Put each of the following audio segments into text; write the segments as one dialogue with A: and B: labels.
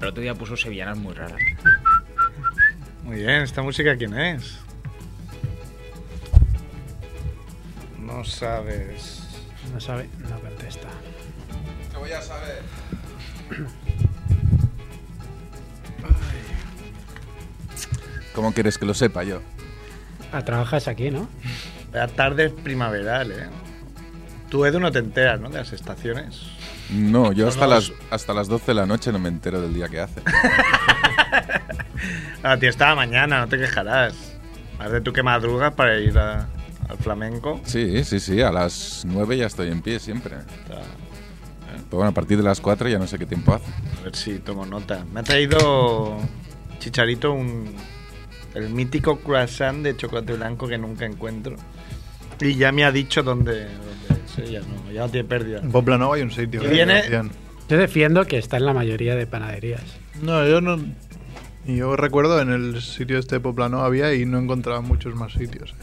A: El otro día puso sevillanas muy raras.
B: Muy bien, ¿esta música quién es? No sabes.
C: No sabe, no contesta.
D: Te voy a saber.
E: ¿Cómo quieres que lo sepa yo?
C: Ah, trabajas aquí, ¿no?
B: La tarde es primaveral, ¿eh? Tú, Edu, no te enteras, ¿no? De las estaciones.
E: No, yo hasta,
B: no,
E: las, hasta las 12 de la noche no me entero del día que hace.
B: Ah, tío, estaba mañana, no te quejarás. Más de tú que madrugas para ir a- al flamenco.
E: Sí, sí, sí, a las 9 ya estoy en pie siempre.
B: Está-
E: Pero bueno, a partir de las 4 ya no sé qué tiempo hace.
B: A ver si tomo nota. Me ha traído Chicharito un, el mítico croissant de chocolate blanco que nunca encuentro. Y ya me ha dicho dónde, dónde es. Sí, ya no, ya no tiene pérdida.
D: En Poblenou hay un sitio.
B: Y
D: que
B: viene-
D: hacían.
C: Yo defiendo que está en la mayoría de panaderías.
D: No, yo no. y Yo recuerdo en el sitio este de Poblano había y no encontraba muchos más sitios. eh.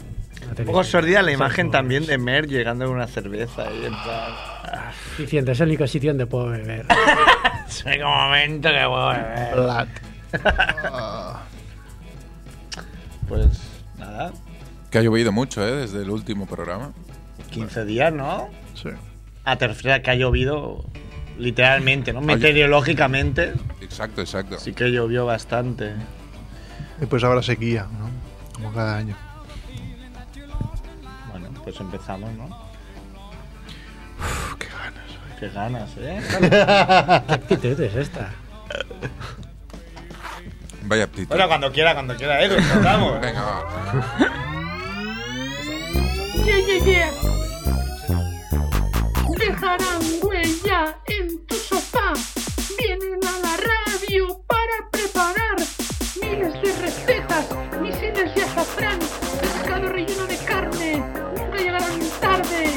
C: No
B: Un
C: tenéis
B: poco
C: idea.
B: sordida la
C: Son
B: imagen
C: pobres.
B: también de Mer llegando con una cerveza y en plan... "Ah,
C: Diciendo, es el único sitio donde puedo beber.
B: sé qué momento que voy a beber".
D: Plat. Ah,
B: Pues nada,
E: Que ha llovido mucho, ¿eh? Desde el último programa.
B: 15 días, ¿no?
D: sí.
B: A tercera que ha llovido literalmente, ¿no?
E: Oye.
B: Meteorológicamente
E: Exacto, exacto.
B: sí que llovió bastante.
D: Y pues ahora sequía, ¿no? Como cada año.
B: Bueno, pues empezamos, ¿no?
D: Uf, qué ganas.
B: Qué ganas, ¿eh?
C: ¿Qué actitud es esta?
E: Vaya aptitud.
B: bueno, cuando quiera, cuando quiera, ¿eh? Edu, estamos.
E: Venga, va.
F: Yeah, yeah, yeah. Dejarán huella en tu sofá. Vienen a la radio para preparar miles de recetas, misiles de azafrán, pescado relleno de carne. Nunca llegarán tarde.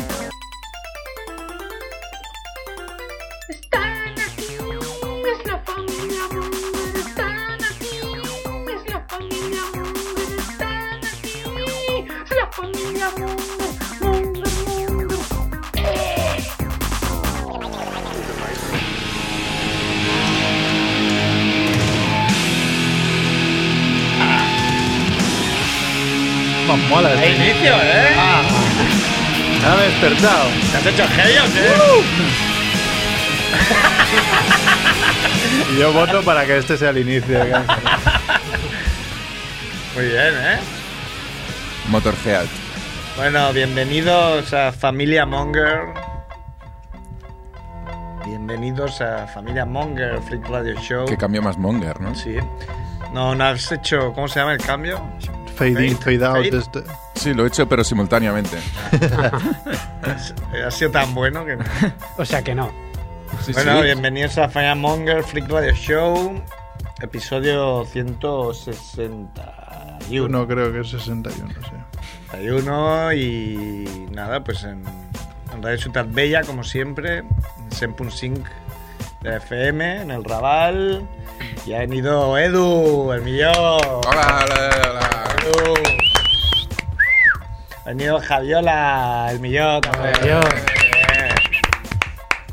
F: Están aquí, es la familia Munger. Están aquí, es la familia Munger. Están aquí, es la familia Munger. Munger, Munger.
D: Más mola
B: Hay
D: este.
B: inicio, ¿eh?
D: Ya me he despertado.
B: ¿Te has hecho genios, eh?
D: Y yo voto para que este sea el inicio. que-
B: Muy bien, ¿eh?
E: Motor Head.
B: Bueno, bienvenidos a Familia Monger. Bienvenidos a Familia Monger, Freak Radio Show.
E: Que cambio más monger, ¿no?
B: Sí. No, no has hecho. ¿Cómo se llama el cambio?
D: Fade in, fade out.
B: Fade.
D: este.
E: Sí, lo he hecho, pero simultáneamente.
B: Eh, Ha sido tan bueno que. no.
C: O sea que no.
E: Sí,
B: bueno,
E: sí.
B: bienvenidos a Familia Monger, Freak Radio Show, episodio 161.
D: No creo que es 61, sí.
B: 31 y nada, pues en, en Radio Ciutat Bella, como siempre, en 100.5 de FM, en el Raval. Y ha venido Edu, el millón.
E: Hola, hola, hola.
B: Edu. Ha venido Javiola, el millón. también.
C: Dios,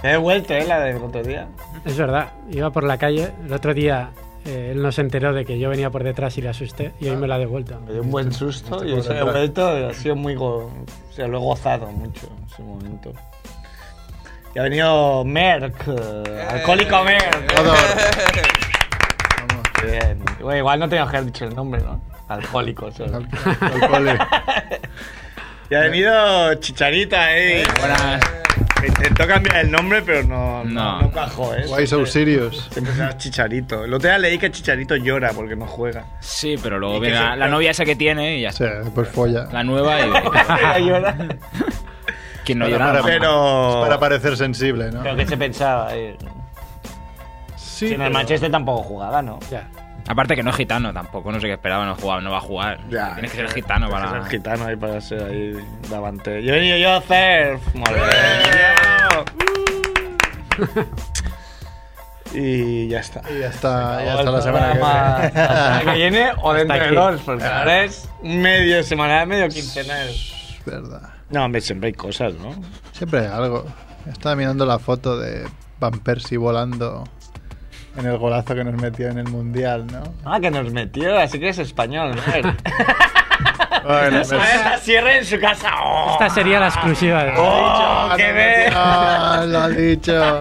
B: He vuelto, ¿eh? La del otro día.
C: es verdad. Iba por la calle. El otro día eh, él no se enteró de que yo venía por detrás y le asusté. Y hoy me la ha devuelto.
B: Me dio un buen susto y eso he vuelto. y Ha sido muy. go- O sea, lo he gozado mucho en ese momento. Y ha venido Merck, eh, alcohólico Merck. Bien. Bueno, igual no tengo que haber dicho el nombre, ¿no? Alcohólico, solo.
D: Al- al cole.
B: Y ha venido Chicharita, ¿eh?
A: Ah,
B: Intentó cambiar el nombre, pero no, no,
A: No.
B: no bajó, ¿eh?
D: Why so serious?
B: Siempre se llama Chicharito. El otro día leí que Chicharito llora porque no juega.
A: Sí, pero
B: ¿Y
A: luego
B: qué
A: viene la,
B: se-
A: la novia esa que tiene y ya
D: O
A: está.
D: sea, después folla.
A: La nueva y...
B: Ella llora.
A: Quien no
D: Pero
A: llora,
D: para-
A: no mama.
B: Pero.
D: Para parecer sensible, ¿no?
B: Pero que se pensaba, eh.
D: Sí.
B: Si en el
D: pero-
B: Manchester tampoco jugaba, ¿no?
C: Ya.
A: Aparte que no es gitano tampoco, no sé qué esperaba, no, jugaba, no va a jugar. Tienes que ser gitano
B: Tienes que
A: para...
B: ser gitano ahí para ser ahí davante. Yo he venido yo a hacer. Muy bien. Y ya está.
D: Y ya está, ya
B: O
D: está
B: el
D: la semana que
B: programa
D: viene.
B: la semana que viene o dentro de
C: aquí.
B: dos, porque ahora es medio semanal, medio quincenal.
D: Es verdad.
B: No, hombre, siempre hay cosas, ¿no?
D: Siempre hay algo. Estaba mirando la foto de Van Persie volando en el golazo que nos metió en el Mundial, ¿no?
B: Ah, que nos metió, así que es español, ¿no?
D: Bueno, pues, me-
B: Ahora cierre en su casa. ¡Oh!
C: Esta sería la exclusiva de hoy.
B: ¡Oh,
D: Ah,
B: qué
D: no,
B: bien!
D: Ah, no, lo ha dicho.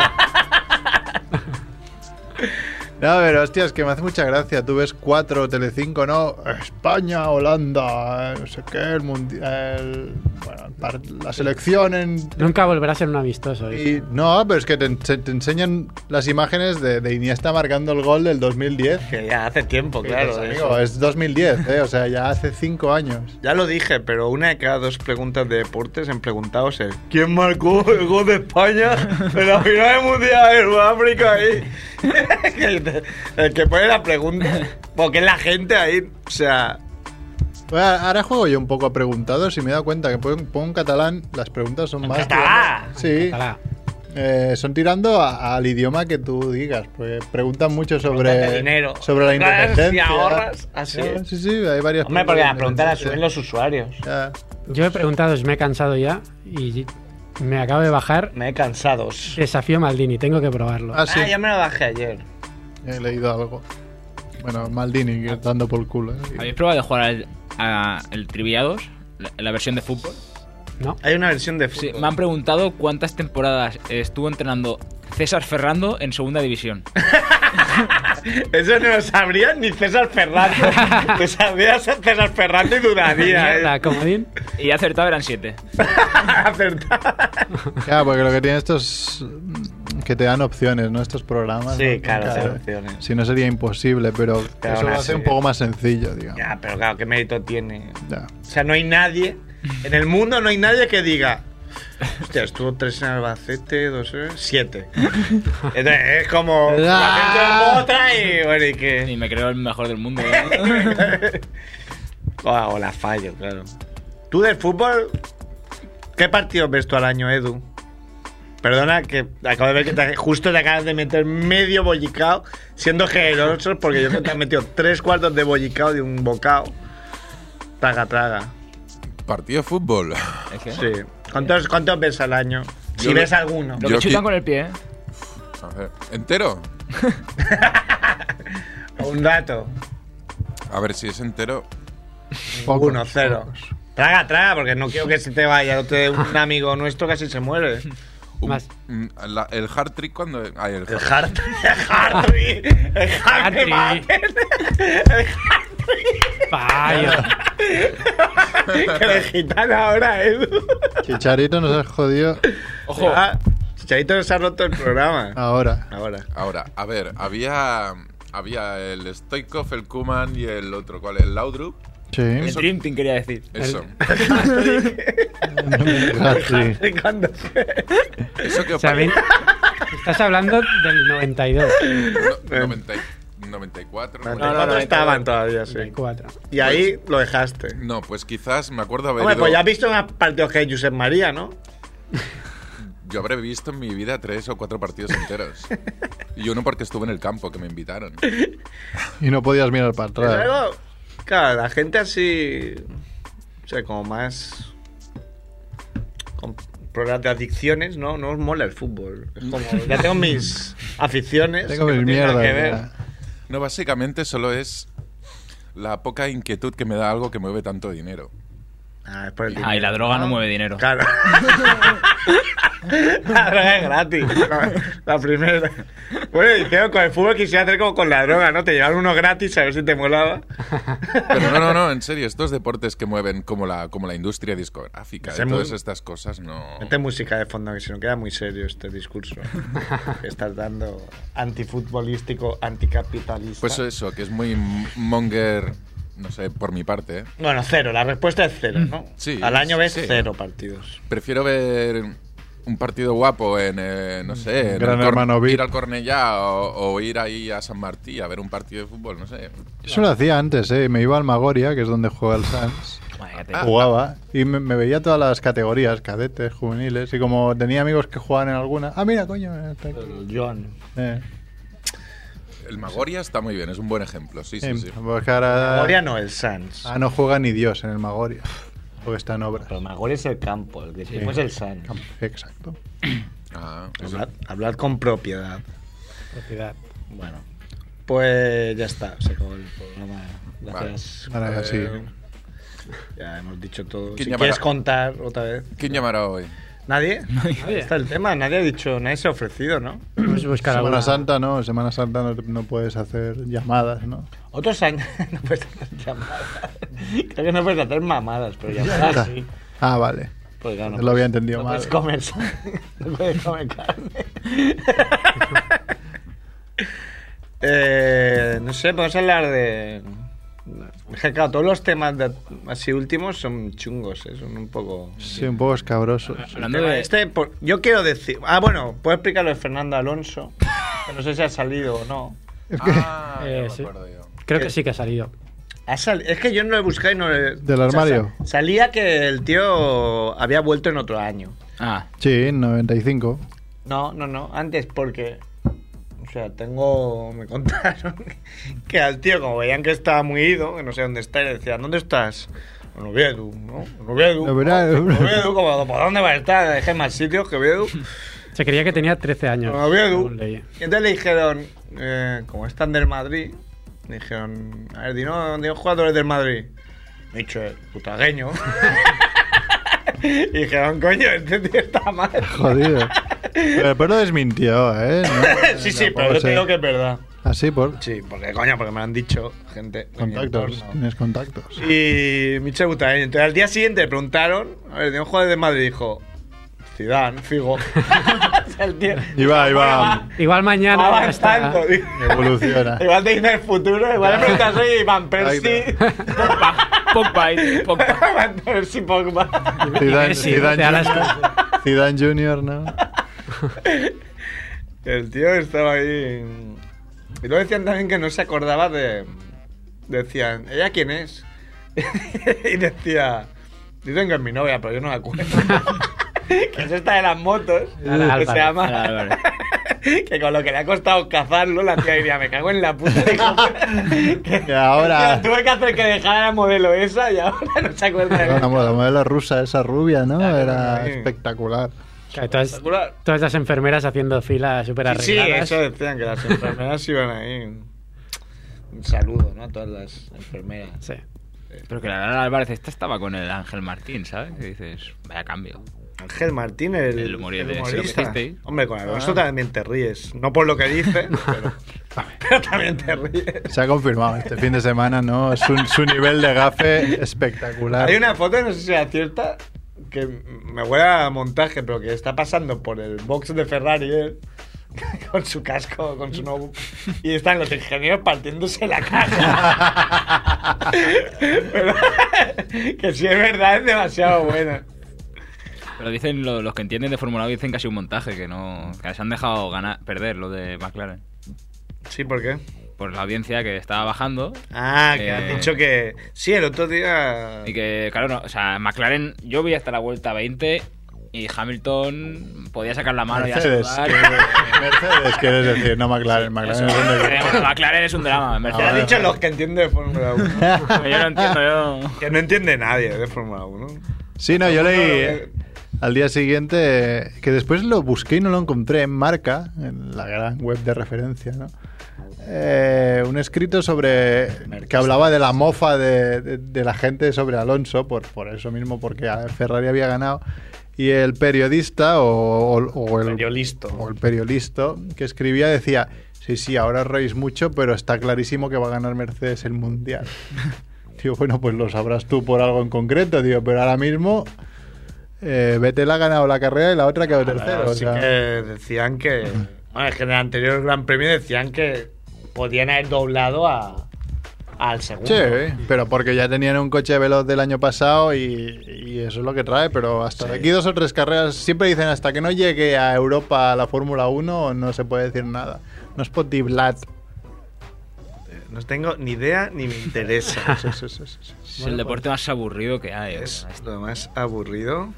D: No, pero hostia, es que me hace mucha gracia. Tú ves 4 Telecinco, ¿no? España, Holanda, eh, no sé qué, el mundial. Bueno, el par- la selección en.
C: Nunca volverá a ser un amistoso. ¿eh?
D: y- no, pero es que te, ense- te enseñan las imágenes de, de Iniesta marcando el gol del 2010.
B: Que ya hace tiempo, claro.
D: Dices,
B: eso.
D: Pues, amigo, es 2010, ¿eh? o sea, ya hace 5 años.
B: Ya lo dije, pero una de cada dos preguntas de deportes en preguntados es ¿Quién marcó el gol de España en la final mundial en África? Ahí? el, de- el que pone la pregunta, porque es la gente ahí, o sea,
D: Bueno, ahora juego yo un poco a preguntados y me he dado cuenta que pongo pongo en catalán, las preguntas son más.
B: catalán?
D: tirando- Sí.
C: Ojalá.
D: Eh, son tirando a- al idioma que tú digas, porque preguntan mucho sobre,
B: Pregúntate dinero.
D: sobre la
B: Claro, si
D: independencia.
B: ahorras, así
D: Sí,
B: es.
D: Sí, sí, hay varias
B: hombre, porque la pregunta la
D: independencia.
B: suben los usuarios.
D: Ya.
C: Yo he preguntado, me he cansado ya y me acabo de bajar
B: Me he cansado.
C: Desafío Maldini, tengo que probarlo.
D: Ah, sí,
B: Ah, ya me lo bajé ayer.
D: he leído algo. Bueno, Maldini que dando por culo.
A: ¿Habéis
D: ¿eh?
A: probado de jugar al, a- el Triviados? La, la versión de fútbol.
C: ¿No?
B: Hay una versión de
A: Sí,
B: fútbol.
A: me han preguntado cuántas temporadas estuvo entrenando César Ferrando en segunda división.
B: Eso no lo sabría ni César Ferrando. Lo sabría César Ferrando y dudaría. ¿eh?
C: Mierda, comodín.
A: Y he acertado, eran siete.
B: Acertar.
D: Ya, porque lo que tiene estos. mm, que te dan opciones, ¿no? Estos programas.
B: Sí,
D: ¿no?
B: claro, te dan opciones.
D: Si no sería imposible, pero
B: Pero
D: eso
B: aún
D: lo hace
B: así.
D: un poco más sencillo, digamos.
B: Ya, pero claro, ¿qué mérito tiene?
D: Ya.
B: O sea, no hay nadie. En el mundo no hay nadie que diga. Hostia, estuvo tres en Albacete, dos en. Siete. Entonces, es como. La gente lo vota y. Bueno, y
A: Y
B: que.
A: me creo el mejor del mundo. ¿eh? ¿no?
B: Ah, o la fallo, claro. Tú del fútbol. ¿Qué partido ves tú al año, Edu? Perdona que acabo de ver que te- justo te acabas de meter medio bollicao, siendo generosos, porque yo creo que te has metido tres cuartos de bollicao de un bocado. Traga, traga.
E: Partido de fútbol.
A: Es que-
B: Sí. ¿Cuántos, cuántos ves al año? Si
E: Yo
B: ves
E: lo-
B: alguno.
A: Lo que
E: Yo
A: chutan
E: qui-
A: con el pie, ¿eh?
E: A ver, ¿Entero?
B: Un dato.
E: A ver, si es entero.
D: Pocos,
B: Uno, cero.
D: pocos.
B: Traga, traga, porque no quiero que se te vaya. no te- Un amigo nuestro casi se muere.
E: un-
C: Más.
E: mm, la- el hard trick cuando. Ay, el
B: El
E: hard-
B: Hart. El Hartry. El Hartry.
C: Hartry. Payo.
B: Que le gitana ahora, Edu.
D: Chicharito nos ha jodido
A: Ojo,
B: Ah, Chicharito se ha roto el programa. Ahora.
D: ahora.
E: Ahora, a ver, había. Había el Stoikov, el Kuman y el otro. ¿Cuál es? El Laudrup.
D: Sí.
A: el Dream Team quería decir.
E: Eso.
D: Ah, sí.
B: ¿Y cuándo fue?
E: Eso que os
C: Sabin, estás hablando del 92,
E: No,
B: Eh.
E: 90 y- 94.
B: No, no,
E: bueno.
B: no, Pues estaban todavía, sí.
C: 94.
B: Y ahí lo dejaste.
E: No, pues quizás me acuerdo haber
B: Hombre,
E: ido-
B: pues ya has visto más partidos que Josep María, ¿no?
E: Yo habré visto en mi vida tres o cuatro partidos enteros. y uno porque estuve en el campo, que me invitaron.
D: Y no podías mirar para
B: Pero
D: atrás.
B: luego, claro, la gente así. O sea, como más. Con problemas de adicciones, ¿no? No os mola el fútbol. Es como. Ya tengo mis aficiones.
D: Tengo
B: que no
D: mis
B: tienen nada
D: mierdas.
B: que ver.
D: ya.
E: No, básicamente solo es la poca inquietud que me da algo que mueve tanto dinero.
B: Ah, es por el
A: Ay,
B: dinero.
A: la droga no mueve dinero.
B: Claro. la droga es gratis. La, la primera. Bueno, y tengo con el fútbol quisiera hacer como con la droga, ¿no? Te llevaron uno gratis a ver si te molaba.
E: Pero no, no, no, en serio, estos deportes que mueven como la, como la industria discográfica
B: Ese
E: y todas
B: mu-
E: estas cosas, no.
B: Mete música de fondo, que si no queda muy serio este discurso que estás dando antifutbolístico, anticapitalista.
E: Pues eso, que es muy m- monger, no sé, por mi parte. ¿eh?
B: Bueno, cero, la respuesta es cero, ¿no?
E: Mm. Sí,
B: Al año ves
E: sí.
B: cero partidos.
E: Prefiero ver un partido guapo en, eh, no sé, en
D: Gran
E: el Cor-
D: Hermano VIP.
E: ir al Cornellá o, o ir ahí a San Martí a ver un partido de fútbol, no sé.
D: Eso lo hacía antes, ¿eh? Me iba al Magoria, que es donde juega el Sans.
A: Cállate.
D: Jugaba y me, me veía todas las categorías, cadetes, juveniles, y como tenía amigos que jugaban en alguna. Ah, mira, coño. está aquí.
B: El John.
D: Eh,
E: El Magoria está muy bien, es un buen ejemplo, sí, sí,
D: eh,
E: sí.
D: pues
E: Ah.
D: ahora-
B: Magoria no, el Sans.
D: Ah, no juega ni Dios en el Magoria. Porque está en obra.
G: Pero Magol es el campo, el que decimos es el San.
D: Exacto.
E: Ah, eso-
B: Hablad, hablad con propiedad.
C: Propiedad.
B: Bueno, pues ya está, se acabó el programa. Gracias.
D: Ahora sí.
B: Ya hemos dicho todo. Si
E: ¿Quién llamará?
B: quieres contar otra vez.
E: ¿Quién llamará hoy?
B: ¿Nadie? Ahí está el tema. Nadie ha dicho, nadie se ha ofrecido, ¿no?
C: Vamos a buscar
D: Semana
C: alguna.
D: Santa no, Semana Santa no, no puedes hacer llamadas, ¿no?
G: Otros años no puedes hacer llamadas. Creo que no puedes hacer mamadas, pero
D: está.
G: llamadas sí.
D: Ah, vale.
B: Pues
G: Porque, claro, no
D: Lo había
G: puedes-
D: entendido
G: no
D: mal.
G: Puedes comer, sal- no puedes comer carne.
B: Eh, no sé, podemos hablar de. Es que, claro, todos los temas de- así últimos son chungos, ¿eh? son un poco.
D: Sí, un poco escabroso.
A: Hablando
B: Tema
A: de-
B: Este, por- yo quiero decir. Ah, bueno, puedo explicarlo de Fernando Alonso. que no sé si ha salido o no.
E: Ah, ya
C: Eh,
E: me
C: sí.
E: acuerdo yo.
C: Creo que sí que ha salido.
B: Ha sal- Es que yo no lo he buscado y no lo he-
D: ¿Del armario?
B: sa- salía que el tío había vuelto en otro año.
A: Ah,
D: Sí, 95.
B: No, no, no. Antes porque. O sea, tengo. Me contaron que al tío, como veían que estaba muy ido, que no sé dónde está, le decían, ¿dónde estás? En Oviedo, ¿no? En Oviedo.
D: La verdad,
B: En
D: hombre.
B: Oviedo, como, ¿por dónde va a estar? Dejé más sitios que Oviedo.
C: Se creía que tenía 13 años.
B: En Oviedo.
C: según
B: Y
C: leí.
B: entonces le dijeron, eh, como están del Madrid, le dijeron, a ver, dinos, dinos jugadores del Madrid. Michel, "Eh, putagueño. y dijeron, coño, este tío está mal.
D: Jodido. Pero, pero desmintió, ¿eh? No,
B: sí, sí,
D: no
B: pero
D: puedo
B: yo te
D: ser.
B: digo que es verdad.
D: Así por
B: Sí, porque coño, porque me lo han dicho gente. de mi
D: contactos.
B: entorno.
D: Tienes contactos.
B: Y Michel Butragueño. Entonces al día siguiente le preguntaron, a ver, de un jugador de Madrid dijo, Zidane, Figo. el tío.
D: Y va, y va.
C: Igual mañana.
B: va
C: ya está.
B: avanzando.
D: Evoluciona.
B: Igual te dice el futuro, igual le preguntas oye, Van Persie.
A: Pogba, eh, Pogba.
B: Van Persie Pogba.
D: Zidane,
C: Messi,
D: Zidane
C: te harás-
D: Junior, Zidane Junior, ¿no?
B: El tío estaba ahí. Y luego decían también que no se acordaba de. Decían, ¿ella quién es? y decía, dicen que es mi novia, pero yo no me acuerdo. que es esta de las motos.
C: Ana
B: que se
C: Álvarez,
B: llama.
A: Ana Álvarez.
B: que con lo que le ha costado cazarlo, la tía diría, me cago en la puta. de cómo-". que,
D: Que ahora.
B: que la tuve que hacer que dejara la modelo esa y ahora no se acuerda de
D: La mo- la modelo rusa, esa rubia, ¿no? Era
B: sí.
D: espectacular.
C: Claro, Todas, todas las enfermeras haciendo fila súper
B: Sí, sí,
C: arregladas.
B: eso decían que las enfermeras iban ahí. Un saludo, ¿no? A todas las enfermeras.
C: Sí.
A: Pero que la Lara Álvarez esta estaba con el Ángel Martín, ¿sabes? Y dices, vaya cambio.
B: Ángel Martín, el,
A: El humorista.
B: el
A: Sí, lo dijiste.
B: Hombre, con Alonso también te ríes. No por lo que dice, pero, pero también te ríes.
D: Se ha confirmado este fin de semana, ¿no? Su, su nivel de gafe espectacular.
B: Hay una foto, no sé si era cierta, que me huele a montaje, pero que está pasando por el box de Ferrari él, con su casco, con su notebook, y están los ingenieros partiéndose la caja. Pero- que si es verdad, es demasiado bueno.
A: Pero dicen, lo- los que entienden de Fórmula 1 dicen casi un montaje, que no. que se han dejado ganar, perder lo de McLaren.
B: Sí, ¿por qué?
A: Por la audiencia que estaba bajando.
B: Ah, que han
A: Eh,
B: dicho que. Sí, el otro día.
A: Y que, claro, no, o sea, McLaren, yo vi hasta la vuelta 20 y Hamilton podía sacar la mano
D: Mercedes,
A: y
D: que,
A: saludar.
D: Mercedes, quieres decir, no McLaren. McLaren es donde-
A: Bueno, eh, McLaren es un drama.
B: Te han
A: Mercedes,
B: dicho los que entienden de Fórmula 1.
A: yo no entiendo, yo.
B: que no entiende nadie de Fórmula 1.
D: Sí, no, yo leí eh,
B: eh,
D: al día siguiente eh, que después lo busqué y no lo encontré en marca, en la gran web de referencia, ¿no? Eh, un escrito sobre que hablaba de la mofa de, de- de la gente sobre Alonso, por, por eso mismo, porque a- Ferrari había ganado. Y el periodista o, o- o
B: eh,
D: el
B: Periolisto.
D: o el periodista que escribía decía: Sí, sí, ahora os reís mucho, pero está clarísimo que va a ganar Mercedes el mundial. Digo, bueno, pues lo sabrás tú por algo en concreto, tío, pero ahora mismo eh, Vettel ha ganado la carrera y la otra quedó tercero. o
B: Así
D: sea,
B: que decían que. Bueno, es que en el anterior Gran Premio decían que podían haber doblado a, al segundo.
D: Sí, pero porque ya tenían un coche veloz del año pasado y, y eso es lo que trae, pero hasta de aquí dos o tres carreras, siempre dicen hasta que no llegue a Europa la Fórmula 1 no se puede decir nada. No es potiblat.
B: No tengo ni idea ni me interesa. Sí, sí, sí, sí, sí.
A: Es el deporte más aburrido que hay.
B: Es
A: ¿verdad?
B: lo más aburrido.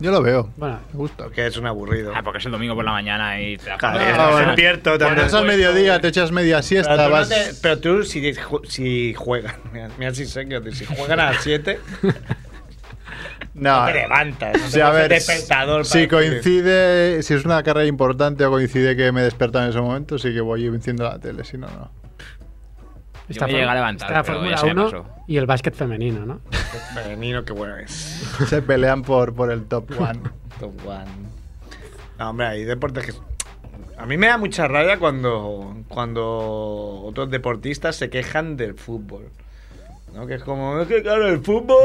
D: Yo lo veo.
C: Bueno,
D: Me gusta.
B: Que es un aburrido.
A: Ah, porque es el domingo por la mañana y te
B: Claro,
D: Ah, pues, bueno.
B: despierto
D: Cuando
B: también.
D: es al mediodía, te echas media
B: Pero
D: siesta,
B: tú, no
D: vas...
B: te- pero tú si, ju- si juegan, mira, mira si sé que si juegan a las 7,
D: No,
B: te levantas.
D: O
B: no
D: sea, Ah. a
B: te
D: ver,
B: pones despertador
D: si
B: para-
D: coincide, si es una carrera importante o coincide que me despiertan en ese momento, sí que voy enciendo la tele, si no, no.
A: me llegué a levantar,
C: está
A: pero ya
C: Fórmula
A: se me
C: 1
A: pasó.
C: y el básquet femenino, ¿no?
B: Femenino, "Pues, qué bueno es.
D: Se pelean por, por el top one.
B: Top one. No, hombre, hay deportes que. A mí me da mucha rabia cuando, cuando otros deportistas se quejan del fútbol. ¿no? Que es como, es que claro, el fútbol.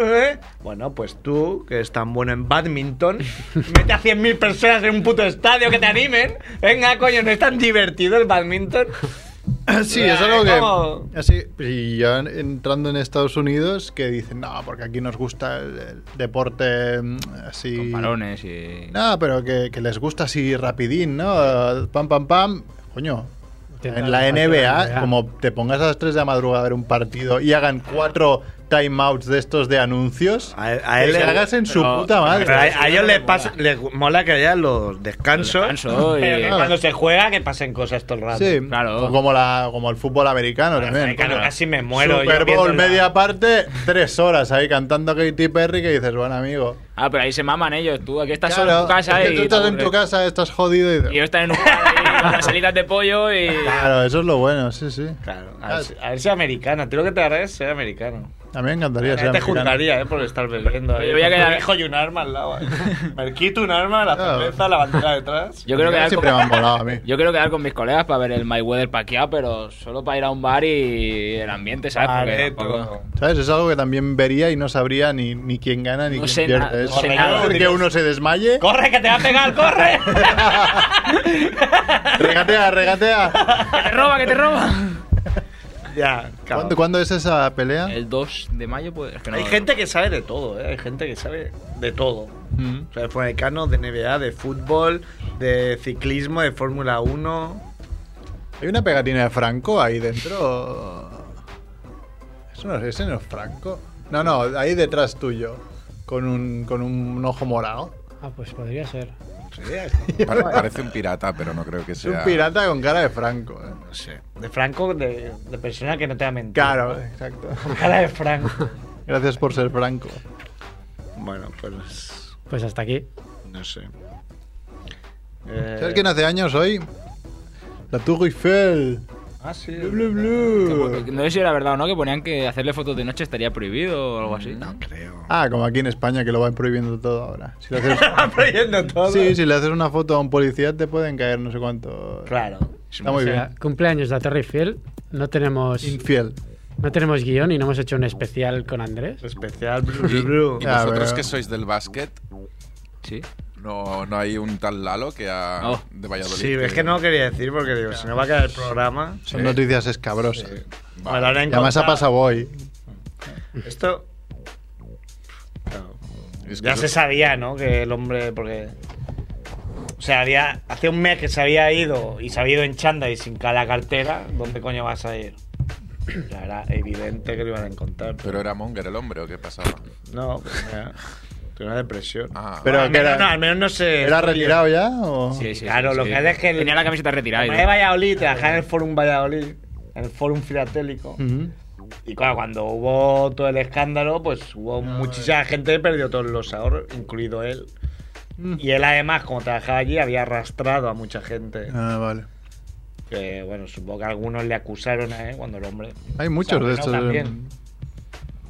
B: ¿eh? Bueno, pues tú, que eres tan bueno en badminton, mete a 100.000 personas en un puto estadio que te animen. Venga, coño, no es tan divertido el badminton.
D: Sí, es algo
B: ¿Cómo?
D: que. Así, y ya en- entrando en Estados Unidos, que dicen, no, porque aquí nos gusta el, el deporte mm, así.
A: Con parones y.
D: No, pero que, que les gusta así rapidín, ¿no? Pam, pam, pam. Coño.
C: Intenta
D: En la
C: hacer la
D: NBA,
C: NBA.
D: como te pongas a las 3 de la madrugada a ver un partido y hagan cuatro timeouts de estos de anuncios,
B: A él- a él
D: que
B: le-
D: cagas en su
B: pero-
D: puta madre.
B: Pero a, a ellos les, pasa, les mola que haya los descansos.
A: Descanso y-
G: Pero que
D: claro.
G: cuando se juega, que pasen cosas todo el rato.
D: Sí,
A: Claro.
D: o como, la, como el fútbol americano también.
G: Claro,
A: Claro.
G: casi me muero. yo
D: Super Bowl,
G: viéndola.
D: media parte, tres horas ahí cantando Katy Perry que dices, bueno, amigo.
A: Ah, pero ahí se maman ellos, tú. Aquí estás solo
D: Claro,
A: en tu casa
D: es que
A: y.
D: tú
A: te
D: estás en tu
A: aburres.
D: casa, estás jodido y dices,
A: Y yo estar en un bar ahí con las alitas de pollo y.
D: Claro, eso es lo bueno, sí, sí.
G: Claro, a ver, si- a ver si americana. Tú lo que te harás es ser americano.
D: A mí me encantaría
G: Ya
D: ser
G: te
D: americano.
G: juzgaría, ¿eh? Por estar bebiendo. ahí.
A: Yo voy a
G: Con tu
A: quedar-
G: hijo y un arma al lado. ¿eh? Me quito un arma, la
D: Claro.
G: cerveza, la bandera detrás.
A: Yo creo que. dar
D: siempre
A: con-
D: me han volado a mí.
A: Yo quiero quedar con mis colegas para ver el My Weather paqueado, pero solo para ir a un bar y el ambiente,
D: pues,
A: ¿sabes? Porque
B: Vale,
A: tampoco-
D: ¿Sabes? Es algo que también vería y no sabría ni, ni quién gana ni
A: No
D: quién
A: sé
D: pierde.
A: nada, no
D: Es
A: sé
D: horrible
A: nada.
D: que uno se desmaye.
G: ¡Corre, que te va a pegar, corre!
D: Regatea, regatea.
A: ¡Que te roba, que te roba!
B: Ya, claro.
D: ¿Cuándo, cuándo es esa pelea?
A: El 2 de mayo, pues. es que no-
B: Hay gente que sabe de todo, ¿eh? Hay gente que sabe de todo.
D: Mm.
B: O sea, de Fomecano, de NBA, de fútbol, de ciclismo, de Fórmula 1.
D: ¿Hay una pegatina de Franco ahí dentro? Eso no, ese no es Franco. No, no, ahí detrás tuyo. Con un, con un ojo morado.
C: Ah, pues podría ser.
E: Pare- parece un pirata, pero no creo que
D: Es
E: sea.
D: un pirata con cara de Franco. ¿eh?
B: No sé.
G: De Franco, de, de persona que no te ha mentido.
D: Claro, exacto.
G: Cara de Franco.
D: Gracias por ser Franco.
B: Bueno, pues.
C: Pues hasta aquí.
B: No sé. Eh,
D: ¿Sabes quién hace años hoy? La Tour Eiffel.
B: Ah, sí.
D: Blu, blu, blu.
A: Que, pues, No sé si era verdad o no, que ponían que hacerle fotos de noche estaría prohibido o algo así. No,
B: Creo.
D: Ah, como aquí en España que lo van prohibiendo todo ahora. Si le haces,
B: Está proyendo todo.
D: sí, si le haces una foto a un policía te pueden caer no sé cuánto.
G: Claro.
D: Está muy
C: O sea,
D: bien.
C: cumpleaños de la Torre Eiffel. No tenemos,
D: Infiel.
C: no tenemos guión y no hemos hecho un especial con Andrés.
B: Especial, blu,
E: Y,
B: blu, blu.
E: y
D: Ah,
E: vosotros
D: pero-
E: que sois del básquet,
A: Sí.
E: no, no hay un tal Lalo que ha
A: Oh.
E: de Valladolid.
B: Sí, es que no lo quería decir porque digo, si no va a quedar el programa.
D: Son noticias escabrosas.
E: Va.
B: Me lo harán
D: Y además ha
B: contar.
D: pasado hoy.
B: Esto. Claro.
E: Es que
G: Ya
E: eso-
G: se sabía, ¿no? Que el hombre, porque. O sea, había, hace un mes que se había ido y se había ido en chanda y sin cada cartera, ¿dónde coño vas a ir? Ya era evidente que lo iban a encontrar.
E: Pero era Monger el hombre, ¿o qué pasaba?
B: No, pues mira. Tuve una depresión.
E: Ah,
D: Pero
B: al,
D: que
B: menos,
D: era-
B: no, al menos no se.
D: ¿Era retirado ya? o-
A: Sí, sí,
G: claro,
A: sí,
G: lo
A: sí.
G: que hace es que el-
A: Tenía la camiseta retirada. y
G: Como
A: todo.
G: era de Valladolid, trabajaba en el Fórum Valladolid, en el Fórum Filatélico.
D: Ujú.
G: Y claro, cuando hubo todo el escándalo, pues hubo
D: eh.
G: muchísima gente que perdió todos los ahorros, incluido él.
D: Mm.
G: Y él además, como trabajaba allí, había arrastrado a mucha gente.
D: Ah, vale.
G: Que bueno, supongo que algunos le acusaron a él cuando el hombre.
D: Hay muchos
G: Sabrina
D: de estos
G: también.
D: em,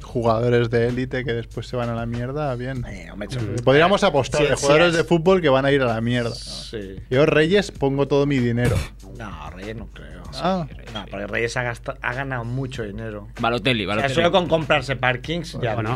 D: jugadores de élite que después se van a la mierda. Bien.
G: Eh, hombre, eso-
D: Mm. Podríamos apostar
G: Sí,
D: de
G: sí,
D: jugadores
G: es-
D: de fútbol que van a ir a la mierda.
B: Sí.
D: Yo, Reyes, pongo todo mi dinero.
G: No, Reyes no creo.
D: Ah,
G: No, porque Reyes ha, gasta- ha ganado mucho dinero.
A: Balotelli,
G: O sea,
A: Balotelli.
G: solo con comprarse parkings ya.
C: Bueno,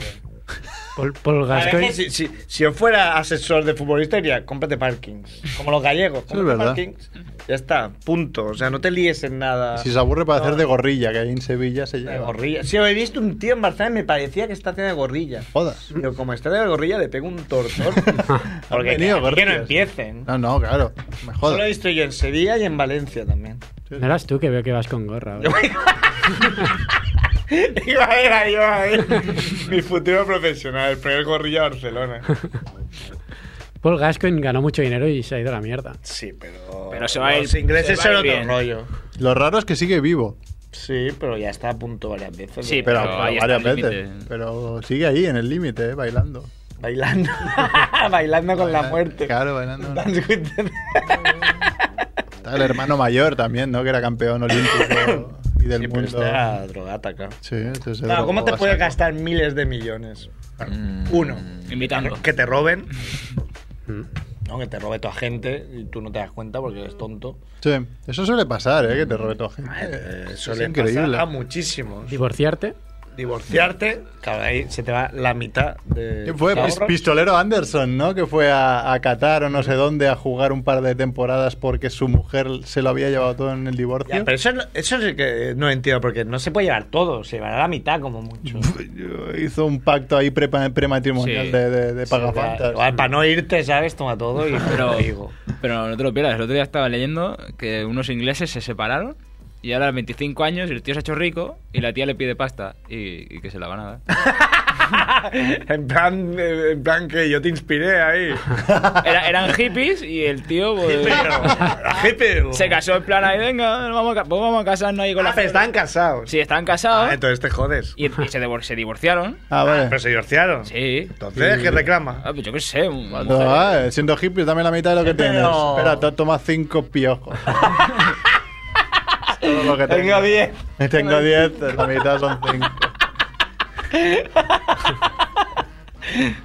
C: Paul, Paul
G: A ver,
C: Gascoigne.
G: que si, si, si yo fuera asesor de futbolista, diría, cómprate parkings. Como los gallegos.
D: es
G: cómprate
D: verdad.
G: parkings. Ya está, punto. O sea, no te líes en nada.
D: si se aburre para hacer de gorrilla, que ahí en Sevilla se
G: De
D: lleva.
G: gorrilla. Si lo he visto un tío en Barcelona y me parecía que está haciendo de gorrilla.
D: Jodas.
G: Pero como está de gorrilla, le pego un tortón. Porque
D: venido
G: que, que no
D: gorrillas. Ah,
G: empiecen.
D: No, no, claro. Me
G: Solo lo he
D: jodas.
G: visto yo en Sevilla y en Valencia también.
C: No eras tú que veo que vas con gorra. ahora.
B: Iba a era yo ahí. Mi futuro profesional, el primer gorrillo de Barcelona.
C: Paul Gascoigne ganó mucho dinero y se ha ido a la mierda.
B: Sí, pero.
A: Pero se va a
B: Los
A: ir-
B: ingleses
A: se va a
B: son
A: ir
B: otro
A: bien.
B: rollo.
D: Lo raro es que sigue vivo.
B: Sí, pero ya está a punto varias veces.
A: Sí,
B: de-
D: Pero,
A: Pero ahí está
D: varias
A: el
D: veces.
A: límite.
D: Pero sigue ahí, en el límite, eh, bailando.
B: Bailando. Bailando con la
D: Baila-
B: muerte.
D: Claro, bailando.
B: Dance with the-
D: Está el hermano mayor también, ¿no? Que era campeón olímpico y del
B: Sí, pero
D: mundo.
B: este era drogata, claro.
D: Sí, este se
H: Claro,
D: drogó
H: ¿cómo te
D: a
H: puedes
D: saco.
H: gastar miles de millones?
B: Mm.
H: Uno,
A: Invitando.
H: que te roben,
C: Mm.
B: No, que te robe tu agente y tú no te das cuenta porque eres tonto.
D: Sí, eso suele pasar, ¿eh? Que te robe toda gente.
H: Eh, eso
D: es
H: le
D: increíble.
H: pasa a muchísimos.
C: Divorciarte.
H: Divorciarte,
B: Claro, ahí se te va la mitad de.
D: ¿Quién fue?
B: tus
D: Pis-
B: ahorros.
D: Pistolero Anderson, ¿no? Que fue a, a Qatar o no sé dónde a jugar un par de temporadas porque su mujer se lo había llevado todo en el divorcio.
B: Ya, pero eso, no- eso sí que no entiendo, porque no se puede llevar todo, se llevará la mitad como mucho.
D: Hizo un pacto ahí prepa- prematrimonial
A: Sí.
D: de, de, de
B: Igual,
D: pagafantas.
B: igual para no irte, ¿sabes? Toma todo y
A: Pero,
B: te digo.
A: pero no te lo pierdas. El otro día estaba leyendo que unos ingleses se separaron y ahora a los 25 años el tío se ha hecho rico y la tía le pide pasta y, y que se la van a dar.
H: en plan, eh, en plan que yo te inspiré ahí.
A: Era- eran hippies y el tío pues,
H: Hippie.
A: se casó en plan ahí, venga, nos vamos a, ca- pues vamos a casarnos ahí con
H: Ah,
A: la
H: pero estaban
A: gente.
H: casados.
A: Sí, están casados
H: Ah, entonces te jodes.
A: y, y se, divor- se divorciaron.
D: Ah, vale.
H: Pero se divorciaron.
A: Sí.
H: Entonces, ¿qué reclama?
A: Ah, pues yo qué sé. un-
D: Cuando-
A: mujer-
D: ah, eh, siendo hippie, dame la mitad de lo que
H: Pero-
D: tienes. Espera, to- toma cinco piojos. Todo lo que
B: Tengo 10.
D: Tengo diez, eh, la mitad son cinco.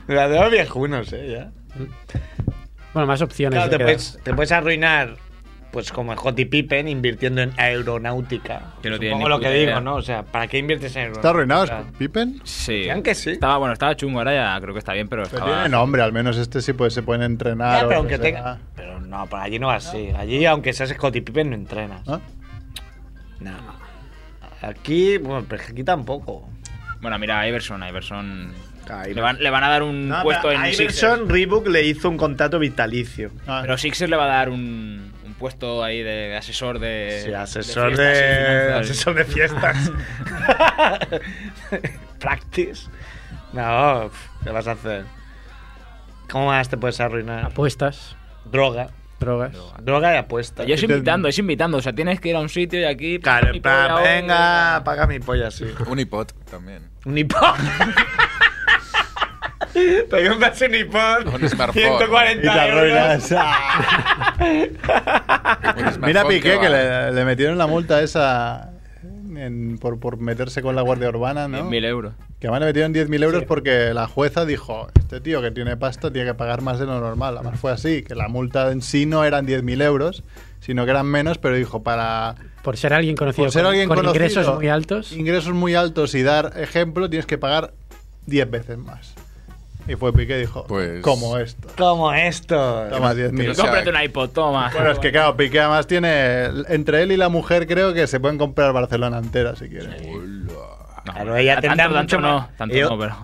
B: La tengo viejunos, ¿eh? Ya.
C: Bueno, más opciones.
H: Pues
B: Claro, te
C: de quedar.
B: puedes, te puedes arruinar, pues como el Hottie Pippen, invirtiendo en aeronáutica.
A: Que no tiene
B: Supongo
A: ni
B: lo
A: puta
B: que
A: idea.
B: digo, ¿no? O sea, ¿para qué inviertes en aeronáutica?
D: ¿Está arruinado, Pippen?
A: Sí.
B: Decían que sí.
A: Estaba, bueno, estaba chungo, ahora ya creo que está bien, pero
D: Pero
A: estaba...
D: tiene nombre, al menos este sí pues, se pueden
B: Ya,
D: entrenar. o
B: pero
D: lo que
B: aunque
D: sea.
B: tenga. Pero no, para allí no va así. Allí, aunque seas Scottie Pippen, no entrenas.
D: ¿Ah?
B: No. Aquí, bueno, pero aquí tampoco.
A: Bueno, mira, a Iverson, a Iverson...
H: Ah,
A: Le van, le van a dar un
H: No,
A: puesto
H: pero
A: en
H: a
A: Sixers.
H: Iverson, Reebok le hizo un contrato vitalicio.
D: Ah,
A: Pero Sixers le va a dar un, un puesto ahí de asesor de...
H: Sí, asesor de,
A: fiestas y finanzas.
H: asesor de fiestas.
B: Practice. No, pf, ¿qué vas a hacer? ¿Cómo más te puedes arruinar?
C: Apuestas,
B: Droga.
C: drogas.
B: Droga y apuesta.
A: Yo es
D: Y te-
A: invitando, es invitando. O sea, tienes que ir a un sitio y aquí...
H: Claro, en
A: y
H: plan,
A: polla, ¿eh?
H: venga, paga mi polla, sí.
E: Un hipot también.
B: Un hipón.
H: Te compras un
E: Un smartphone.
B: 140
D: Y te arruinas. Ah.
E: Un smartphone
D: Mira a Piqué,
E: va-
D: que le, le metieron la multa esa en- por, por meterse con la Guardia Urbana,
A: oh,
D: ¿no?
A: 10.000 euros.
D: Que además le metieron 10.000 euros porque la jueza dijo, este tío que tiene pasta tiene que pagar más de lo normal. Además fue así, que la multa en sí no eran 10.000 euros, sino que eran menos, pero dijo, para
C: Por ser alguien conocido.
D: por ser
C: con,
D: alguien
C: con
D: conocido,
C: ingresos muy altos.
D: Ingresos muy altos y dar ejemplo, tienes que pagar 10 veces más. Y fue Piqué y dijo,
E: Pues-
D: ¿cómo esto?
B: Como esto.
D: Toma
E: Pero
D: 10.000.
E: sea,
A: Cómprate un iPod, toma.
D: Bueno, es que claro, Piqué además tiene. Entre él y la mujer, creo que se pueden comprar Barcelona entera si quieren.
E: Hola.
A: No,
B: Claro, ella
A: a-
B: tendrá
A: tanto, tanto
B: mucho más-
A: no, tanto
B: Yo-
A: no, pero...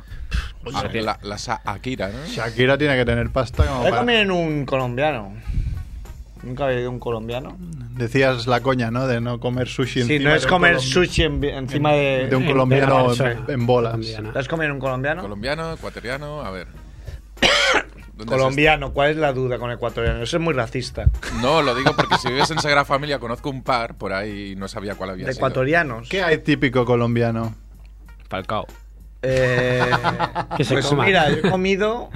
E: Ah, La, la Sa- Akira, ¿no?
D: Shakira tiene que tener pasta como
B: Voy a
D: para-
B: comer en un colombiano. Nunca había ido a un colombiano.
D: Decías la coña, ¿no? De no comer sushi
B: Si
D: encima
B: no es
D: de un
B: comer
D: colom-
B: sushi en- encima de.
D: de un
C: de
D: colombiano
C: una
D: en,
C: persona
D: en bolas.
C: colombiana.
B: ¿Lo has comido en un colombiano?
E: Colombiano, ecuatoriano, a ver. ¿Dónde es
B: Colombiano, ¿cuál es la duda con ecuatoriano? Eso es muy racista.
E: este? No, lo digo porque si vives en Sagrada Familia conozco un par por ahí y no sabía cuál había
B: De
E: sido.
B: ecuatorianos.
D: ¿Qué hay típico colombiano?
A: Falcao.
B: Eh,
C: Que se
B: pues
C: coma.
B: mira, yo he comido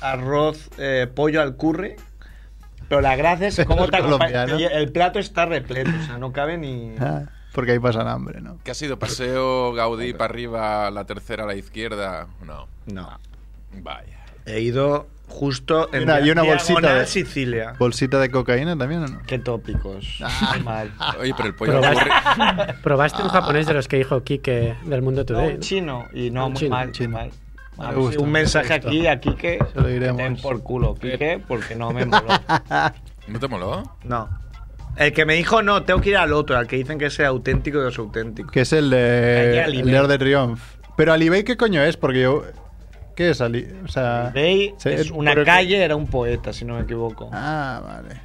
B: arroz, eh, pollo al curry. Pero la gracia es cómo
D: Los
B: te acompa-
D: colombianos.
B: y El plato está repleto, o sea, no cabe ni.
D: Ah, Porque ahí pasan hambre, ¿no?
E: ¿Qué ha sido? ¿Paseo Gaudí para arriba, la tercera a la izquierda? No.
B: No.
E: Vaya.
H: He ido justo en
D: Mira, y una
H: diagonal
D: bolsita de-
H: Sicilia.
D: ¿Bolsita de cocaína también o no?
B: Qué tópicos.
H: Ah.
B: Qué mal.
E: Oye, pero el pollo
C: Pero
E: al curry...
C: Probaste un japonés de los que dijo Kike del Mundo
B: No,
C: Today.
B: un
C: ¿no?
B: chino. Y no,
C: Un
B: muy
C: chino,
B: mal.
C: un
D: chino.
B: mal.
D: Me
B: Ah,
D: gusta,
B: un
D: me
B: mensaje
D: gusta.
B: aquí, aquí que.
D: Se lo diremos. Eh.
B: que den por culo, Quique, porque no me moló.
E: ¿No te moló?
H: No. El que me dijo no, tengo que ir al otro, al que dicen que es el auténtico de los auténticos.
D: Que es el de.
B: Calle
D: El
B: Alibey.
D: de Order Triumph. Pero Alibey, ¿qué coño es? Porque yo. ¿Qué es Ali? O sea.
B: Bey
D: se-
B: es una
D: pero que-
B: calle, era un poeta,
H: Ah.
B: si no me equivoco. Eh,
D: Ah, vale.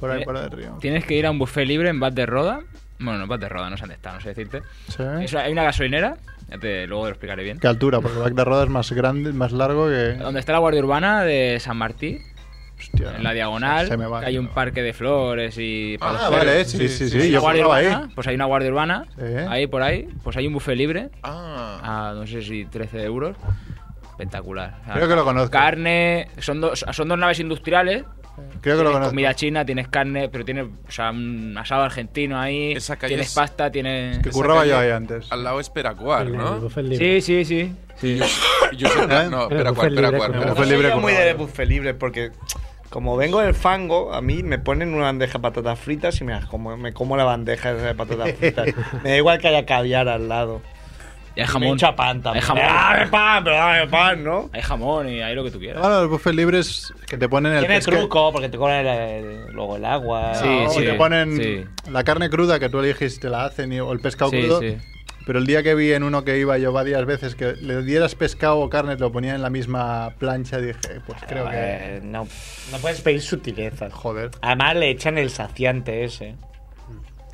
D: Por ahí, por Order Triumph.
A: Tienes que ir a un buffet libre en Bad de Roda Bueno, no, Paz de Roda, no sé dónde está, no sé decirte.
D: Sí.
A: Es una- hay una gasolinera, ya te- luego te lo explicaré bien.
D: ¿Qué altura? Porque Bac de Roda es más grande, más largo que.
A: Donde está la Guardia Urbana de San Martí, en la
D: Hostia, Ah, se- se
A: diagonal,
D: me va.
A: hay un parque de flores y
E: Ah,
A: palaceros.
E: vale,
D: Sí, sí, sí.
A: Hay una
D: yo
A: guardia
D: jugaba ahí.
A: urbana, Pues hay una guardia urbana,
D: Sí.
A: ahí por ahí, pues hay un buffet libre
E: Ah,
A: a no sé si 13 euros. Espectacular. O sea,
D: Creo que lo conozco.
A: Carne, son dos, son dos naves industriales.
D: Creo que lo
A: tienes
D: conozco.
A: comida china, tienes carne, pero tienes o sea, un asado argentino ahí.
E: Esa calle
A: Tienes
E: es-
A: pasta, tienes.
D: Que
E: Esa
D: curraba yo
E: calle
D: ahí antes.
E: al lado es Peracuar,
C: El- el
E: ¿no?
C: buffet libre.
A: Sí, sí, sí.
E: Y yo- y yo siempre- No,
D: ¿Eh?
E: Peracuar,
C: El buffet
E: Peracuar.
C: libre,
E: Peracuar.
D: buffet libre
B: Yo soy muy
D: como-
B: de buffet libre porque como vengo del fango, a mí me ponen una bandeja de patatas fritas y me, las como, me como la bandeja esa de patatas fritas. me da igual que haya caviar al lado.
A: Y hay
B: Me
A: jamón.
B: echa pan
A: Hay
B: también. Ah,
A: jamón.
B: Dame pan, pero dame pan, ¿no?
A: Hay jamón y hay lo que tú quieras.
D: Bueno, los buffets libres que te ponen el
B: Tiene
D: pesca-
B: truco porque te cobran el- el- luego el agua.
A: Sí,
D: No,
A: sí.
D: te ponen
A: sí.
D: la carne cruda que tú eliges y te la hacen, y- o el pescado
A: Sí,
D: crudo.
A: sí.
D: Pero el día que vi en uno que iba yo varias veces que le dieras pescado o carne, te lo ponían en la misma plancha, dije, pues creo que.
B: Eh, no, no puedes pedir sutilezas.
D: Joder.
B: Además le echan el saciante ese.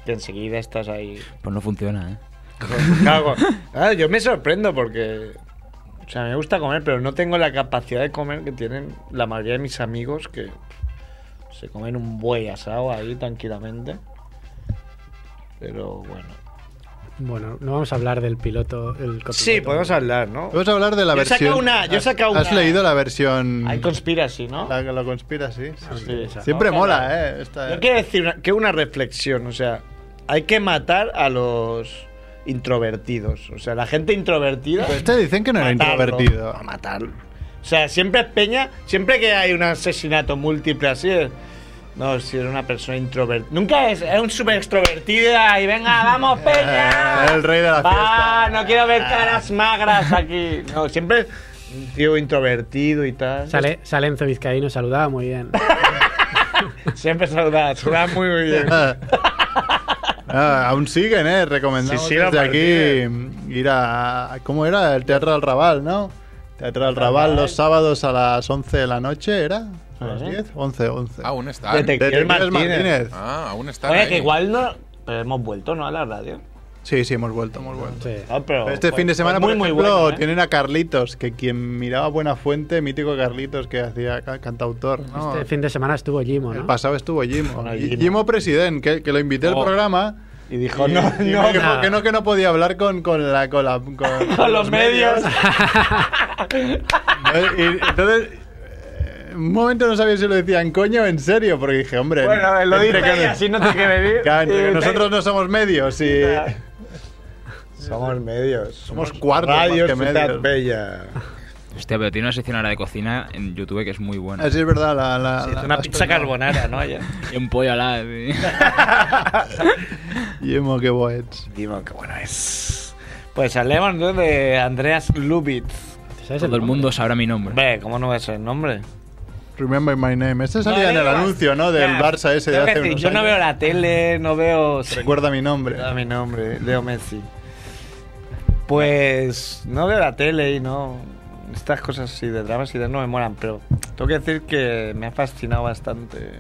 B: Que enseguida estás ahí.
A: Pues no funciona, ¿eh?
B: Claro, ah, yo me sorprendo porque. O sea, me gusta comer, pero no tengo la capacidad de comer que tienen la mayoría de mis amigos que se comen un buey asado ahí tranquilamente. Pero bueno.
C: Bueno, no vamos a hablar del piloto. El copiloto.
B: Sí, podemos hablar, ¿no?
D: Vamos a hablar de
B: Yo
D: la
B: he
D: versión.
B: sacado una- yo he
D: ¿Has-
B: sacado
D: ¿Has
B: una-
D: leído la versión.
B: Hay conspiracy, ¿no?
D: La que lo conspira, sí. sí.
B: Ah, Sí.
D: Siempre
B: Vamos a hablar.
D: mola, ¿eh? Esta-
B: Yo quiero decir una- que una reflexión, o sea, hay que matar a los introvertidos. O sea, la gente introvertida.
D: Pero este dicen que no era
B: matarlo,
D: introvertido.
B: A matarlo. O sea, siempre es peña, siempre que hay un asesinato múltiple así. es, No, si era una persona introvertida. Nunca es, es un súper extrovertida y venga, vamos, peña.
D: Eh, El rey de la
B: Va,
D: fiesta.
B: no quiero ver caras magras aquí. No, siempre es un tío introvertido y tal.
C: Sale, Salenzo Vizcaíno saludaba muy bien.
B: Siempre saludas, saludas muy bien.
D: Ah, aún siguen, ¿eh? Recomendamos
B: Sí, sí, la
D: desde aquí ir a... ¿Cómo era? El Teatro del Raval, ¿no? Teatro del Raval los sábados a las 11 de la noche, ¿era? ¿A las
B: Ajá.
D: 10? 11, 11.
E: Ah, Aún está.
B: Detec-
D: Detectives
B: Ah, Martínez.
E: Ah, aún está.
B: Oye, que igual no. Pero hemos vuelto, ¿no? A la radio.
D: Sí, sí, hemos vuelto, hemos vuelto.
C: Sí.
B: Ah, pero
D: Este
B: fue-
D: fin de
B: fue
D: semana,
B: muy,
D: por
B: muy
D: ejemplo,
B: bueno, ¿eh?
D: tienen a Carlitos, que quien miraba Buena Fuente, mítico Carlitos, que hacía ca- cantautor, ¿no?
C: Este fin de semana estuvo Gimo,
D: El
C: ¿no?
D: pasado estuvo Jimo.
B: Bueno,
D: Y-
B: Jimo.
D: Jimo President, que, que lo invité al
A: Oh.
D: programa.
B: Y dijo,
D: Y-
B: no,
D: y
B: no,
D: me dijo
C: no.
D: que no, que no podía hablar con, con la, con, la- con-
B: con los medios.
D: ¿no? Y entonces, eh, un momento no sabía si lo decían coño o en serio, porque dije, hombre.
B: Bueno, a ver, lo
D: entre
B: dice
D: que-
B: y así no te quiere decir.
D: Claro, entre que
B: Y-
D: nosotros no somos medios y
I: Somos medios.
D: somos cuartos más
I: Radio
D: que
I: Ciudad
D: medios.
I: Bella.
A: Hostia, pero tiene una sección ahora de cocina en YouTube que es muy buena.
D: Así es verdad, la, la- la-
B: Una pizza carbonara, ¿no? Ya.
A: Y un pollo al lado, sí.
D: Jimo, qué boets.
B: Dimo, qué bueno es. Pues hablemos ¿no? de Andreas Lubitz.
C: ¿Te sabes
A: Todo el
C: nombre?
A: mundo sabrá mi nombre.
B: Hombre, ¿cómo no va a ser el nombre?
D: Remember my name. Este salía
B: No,
D: en el
B: no, no.
D: anuncio, ¿no? Del
B: Ya,
D: Barça ese de
B: tengo que
D: hace
B: decir,
D: unos
B: Yo no
D: años.
B: veo la tele, no veo...
D: Recuerda mi nombre.
B: Recuerda mi nombre, Leo Messi. Pues no veo la tele y no... Estas cosas así de dramas y de no me molan, pero tengo que decir que me ha fascinado bastante.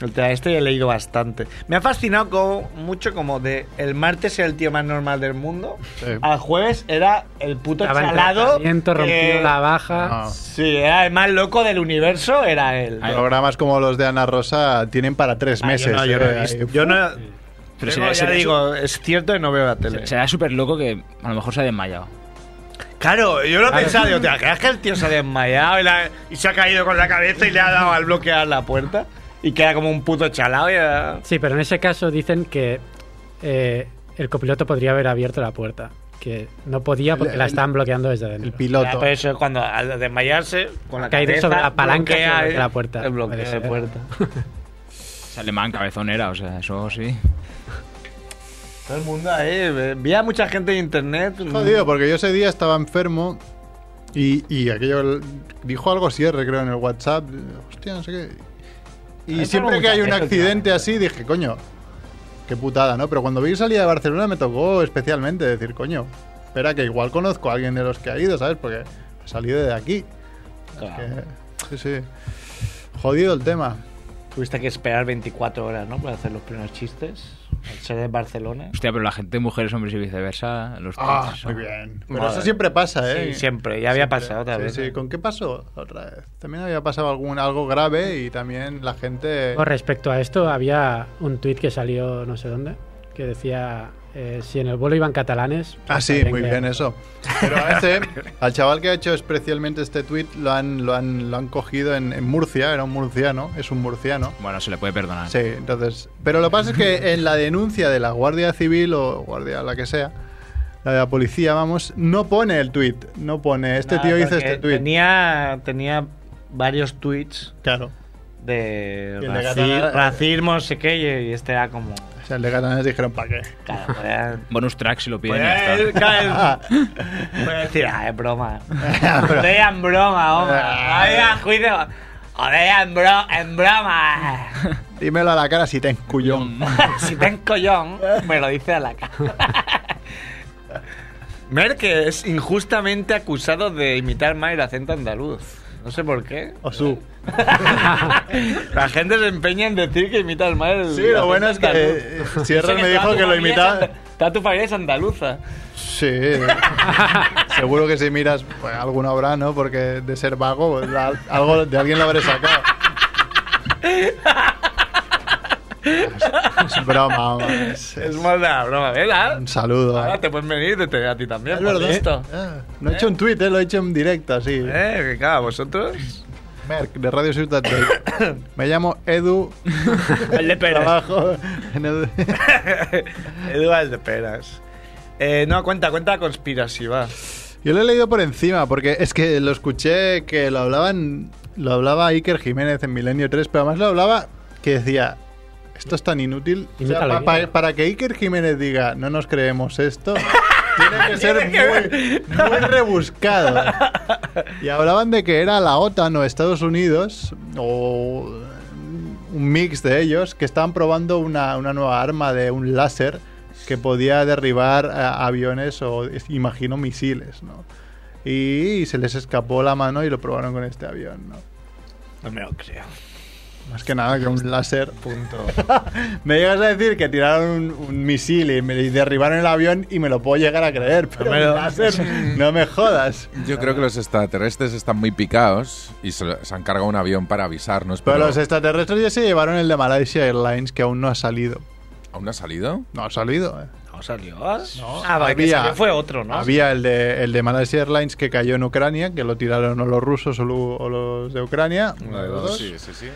B: El tema este y he leído bastante. Me ha fascinado como, mucho como de el martes era el tío más normal del mundo.
D: Sí.
B: Al jueves era el puto
C: Estaba en
B: chalado.
C: tratamiento, rompió
B: que-
C: la baja.
D: No.
B: Sí, era el más loco del universo, era él.
D: Programas como los de Ana Rosa tienen para tres
B: Ah,
D: meses.
B: yo no, yo no
D: eh,
B: he visto.
D: ahí.
B: Yo no-
A: Pero
B: Tengo-
A: será-
B: ya
A: será-
B: digo, es cierto que no veo la tele.
A: se- Será súper loco que a lo mejor se ha desmayado.
B: Claro, yo lo he pensado, digo, ¿te la crees que el tío se ha desmayado y, la- y se ha caído con la cabeza y le ha dado al bloquear la puerta? Y queda como un puto chalado y era-
C: Sí, pero en ese caso dicen que eh, el copiloto podría haber abierto la puerta. Que no podía porque
D: El-
C: la
D: el-
C: estaban bloqueando desde dentro.
D: El piloto.
B: Ya, pues eso es cuando al desmayarse, con la
C: Caído
B: cabeza,
C: sobre la palanca
B: bloquea
C: que bloquea
B: el-
C: la puerta.
B: El bloqueo
C: Puede
B: de
C: ser.
B: puerta.
A: Es alemán, cabezonera, o sea, eso sí.
B: Todo el mundo ahí, vi a mucha gente en internet.
D: Jodido, porque yo ese día estaba enfermo y, y aquello l- dijo algo cierre, creo, en el WhatsApp. Hostia, no sé qué. Y
B: Hay
D: siempre que
B: mucha
D: hay un
B: gente
D: accidente así, dije, coño, qué putada, ¿no? Pero cuando vi que salía de Barcelona me tocó especialmente decir, coño, espera que igual conozco a alguien de los que ha ido, ¿sabes? Porque ha salido de aquí. pues,
B: Claro.
D: Que- sí, sí. Jodido el tema.
B: Tuviste que esperar 24 horas, ¿no? Para hacer los primeros chistes. al ser de Barcelona.
A: Hostia, pero la gente, mujeres, hombres y viceversa. Los
D: Ah,
A: tres,
D: muy
A: ¿no?
D: bien. Pero
B: Madre.
D: eso siempre pasa, ¿eh?
B: Sí, siempre, ya había
D: Siempre.
B: pasado otra
D: Sí,
B: vez. ¿eh?
D: sí. ¿Con qué pasó la otra vez? También había pasado algún, algo grave y también la gente...
C: Con respecto a esto, había un tuit que salió no sé dónde que decía: eh, si en el vuelo iban catalanes. pues
D: Ah, sí,
C: también
D: muy
C: que-
D: bien eso. Pero a ese, al chaval que ha hecho especialmente este tweet, lo han, lo han, lo han cogido en, en Murcia, era un murciano, es un murciano.
A: Bueno, se le puede perdonar.
D: Sí, entonces. Pero lo que pasa es que en la denuncia de la Guardia Civil o Guardia la que sea, la de la policía, vamos, no pone el tweet, no pone. Este
B: Nada,
D: tío hizo
B: Ah, porque
D: este tweet.
B: Tenía, tenía varios tweets
D: Claro.
B: de
D: Y el de
B: raci-
D: Catalá-
B: racismo, no sé qué, y- y este era como.
D: O sea, el de Catalanes dijeron, ¿para qué?
B: Claro, podía,
A: Bonus track si lo piden. y ya
B: podía-
D: Pues,
A: está.
B: claro, podía decir, ah, es broma.
D: Pero-
B: Estoy en broma, hombre. Ay, en juicio. Joder, en, bro- en broma.
D: Dímelo a la cara si te encullón.
B: si ten collón, me lo dice a la cara. Merck es injustamente acusado de imitar mal el acento andaluz. No sé por qué.
D: O su.
B: La gente se empeña en decir que imita el mal. el
D: Sí, lo
B: acento
D: bueno es que
B: andaluz.
D: eh,
B: Dice
D: Sierra me
B: toda
D: dijo
B: tu
D: que lo
B: familia es
D: imitaba.
B: anda- Toda tu familia es andaluza.
D: Sí. Seguro que si miras, pues, alguno habrá, ¿no? Porque de ser vago, pues, la- algo de alguien lo habré sacado. Es, es broma, hombre. Es-
B: Es mala broma, ¿verdad?
D: un saludo.
B: Ahora te pueden venir de- te- a ti también.
D: Es
B: por
D: verdad.
B: esto.
D: Ah, no he hecho un tweet, eh, lo he hecho en directo, así.
B: Eh, que claro, vosotros.
D: Merck, de Radio Ciudad Tech. Me llamo Edu.
B: El de peras.
D: Trabajo en Edu.
B: Eduardo de peras. Eh, no, cuenta, cuenta conspirativa.
D: Yo lo he leído por encima, porque es que lo escuché que lo hablaban. Lo hablaba Iker Jiménez en Milenio 3, pero además lo hablaba que decía. Esto es tan inútil. O sea,
C: Imítalo,
D: pa- pa-
C: imítalo.
D: para que Iker Jiménez diga, no nos creemos esto, tiene que ser muy, muy rebuscado. Y hablaban de que era la OTAN o Estados Unidos, o un mix de ellos, que estaban probando una, una nueva arma de un láser que podía derribar a- aviones o, es- imagino, misiles, ¿no? Y se les escapó la mano y lo probaron con este avión, ¿no?
B: No me lo creo.
D: Más que nada que un láser, punto. me llegas a decir que tiraron un, un misil y, me, y derribaron el avión y me lo puedo llegar a creer, pero
B: me
D: un
B: lo-
D: láser, no me jodas.
E: Yo creo que los extraterrestres están muy picados y se, lo- se han cargado un avión para avisarnos.
D: Pero
E: Pero,
D: los extraterrestres ya se llevaron el de Malaysia Airlines que aún no ha salido.
E: ¿Aún ha salido?
D: No ha salido. eh.
B: No salió. ah, vale, que
D: había-
B: salió fue otro, ¿no?
D: Había el de, el de Malaysia Airlines que cayó en Ucrania, que lo tiraron o los rusos o, lo- o los de Ucrania. uno de los dos.
E: Sí, sí, sí.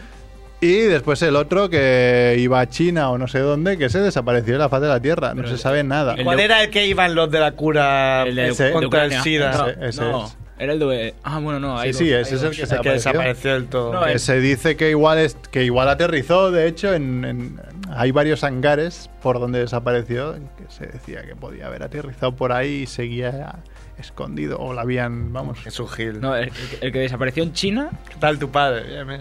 D: Y después el otro que iba a China o no sé dónde, que se desapareció de la faz de la Tierra. No se sabe nada.
A: el-
B: ¿Cuál
A: de-
B: era el que iban los de la cura
A: El de,
D: Ese,
A: de
B: contra el
A: Ucrania.
B: SIDA? Ah,
A: No,
D: Ese, ese
A: no,
D: es.
A: era el de. Ah, bueno, no.
D: Sí,
A: ahí
D: sí,
A: dos.
D: ese es el que
B: Ese
D: se
B: que
D: desapareció.
B: pues desapareció del todo.
A: No,
D: Que
A: el-
D: se dice que igual es, que igual aterrizó, de hecho, en, en- hay varios hangares por donde desapareció, que se decía que podía haber aterrizado por ahí y seguía escondido, o la habían, vamos.
B: Es un Gil.
A: No, el, el que- el que desapareció en China.
B: ¿Qué tal tu padre? Ya me-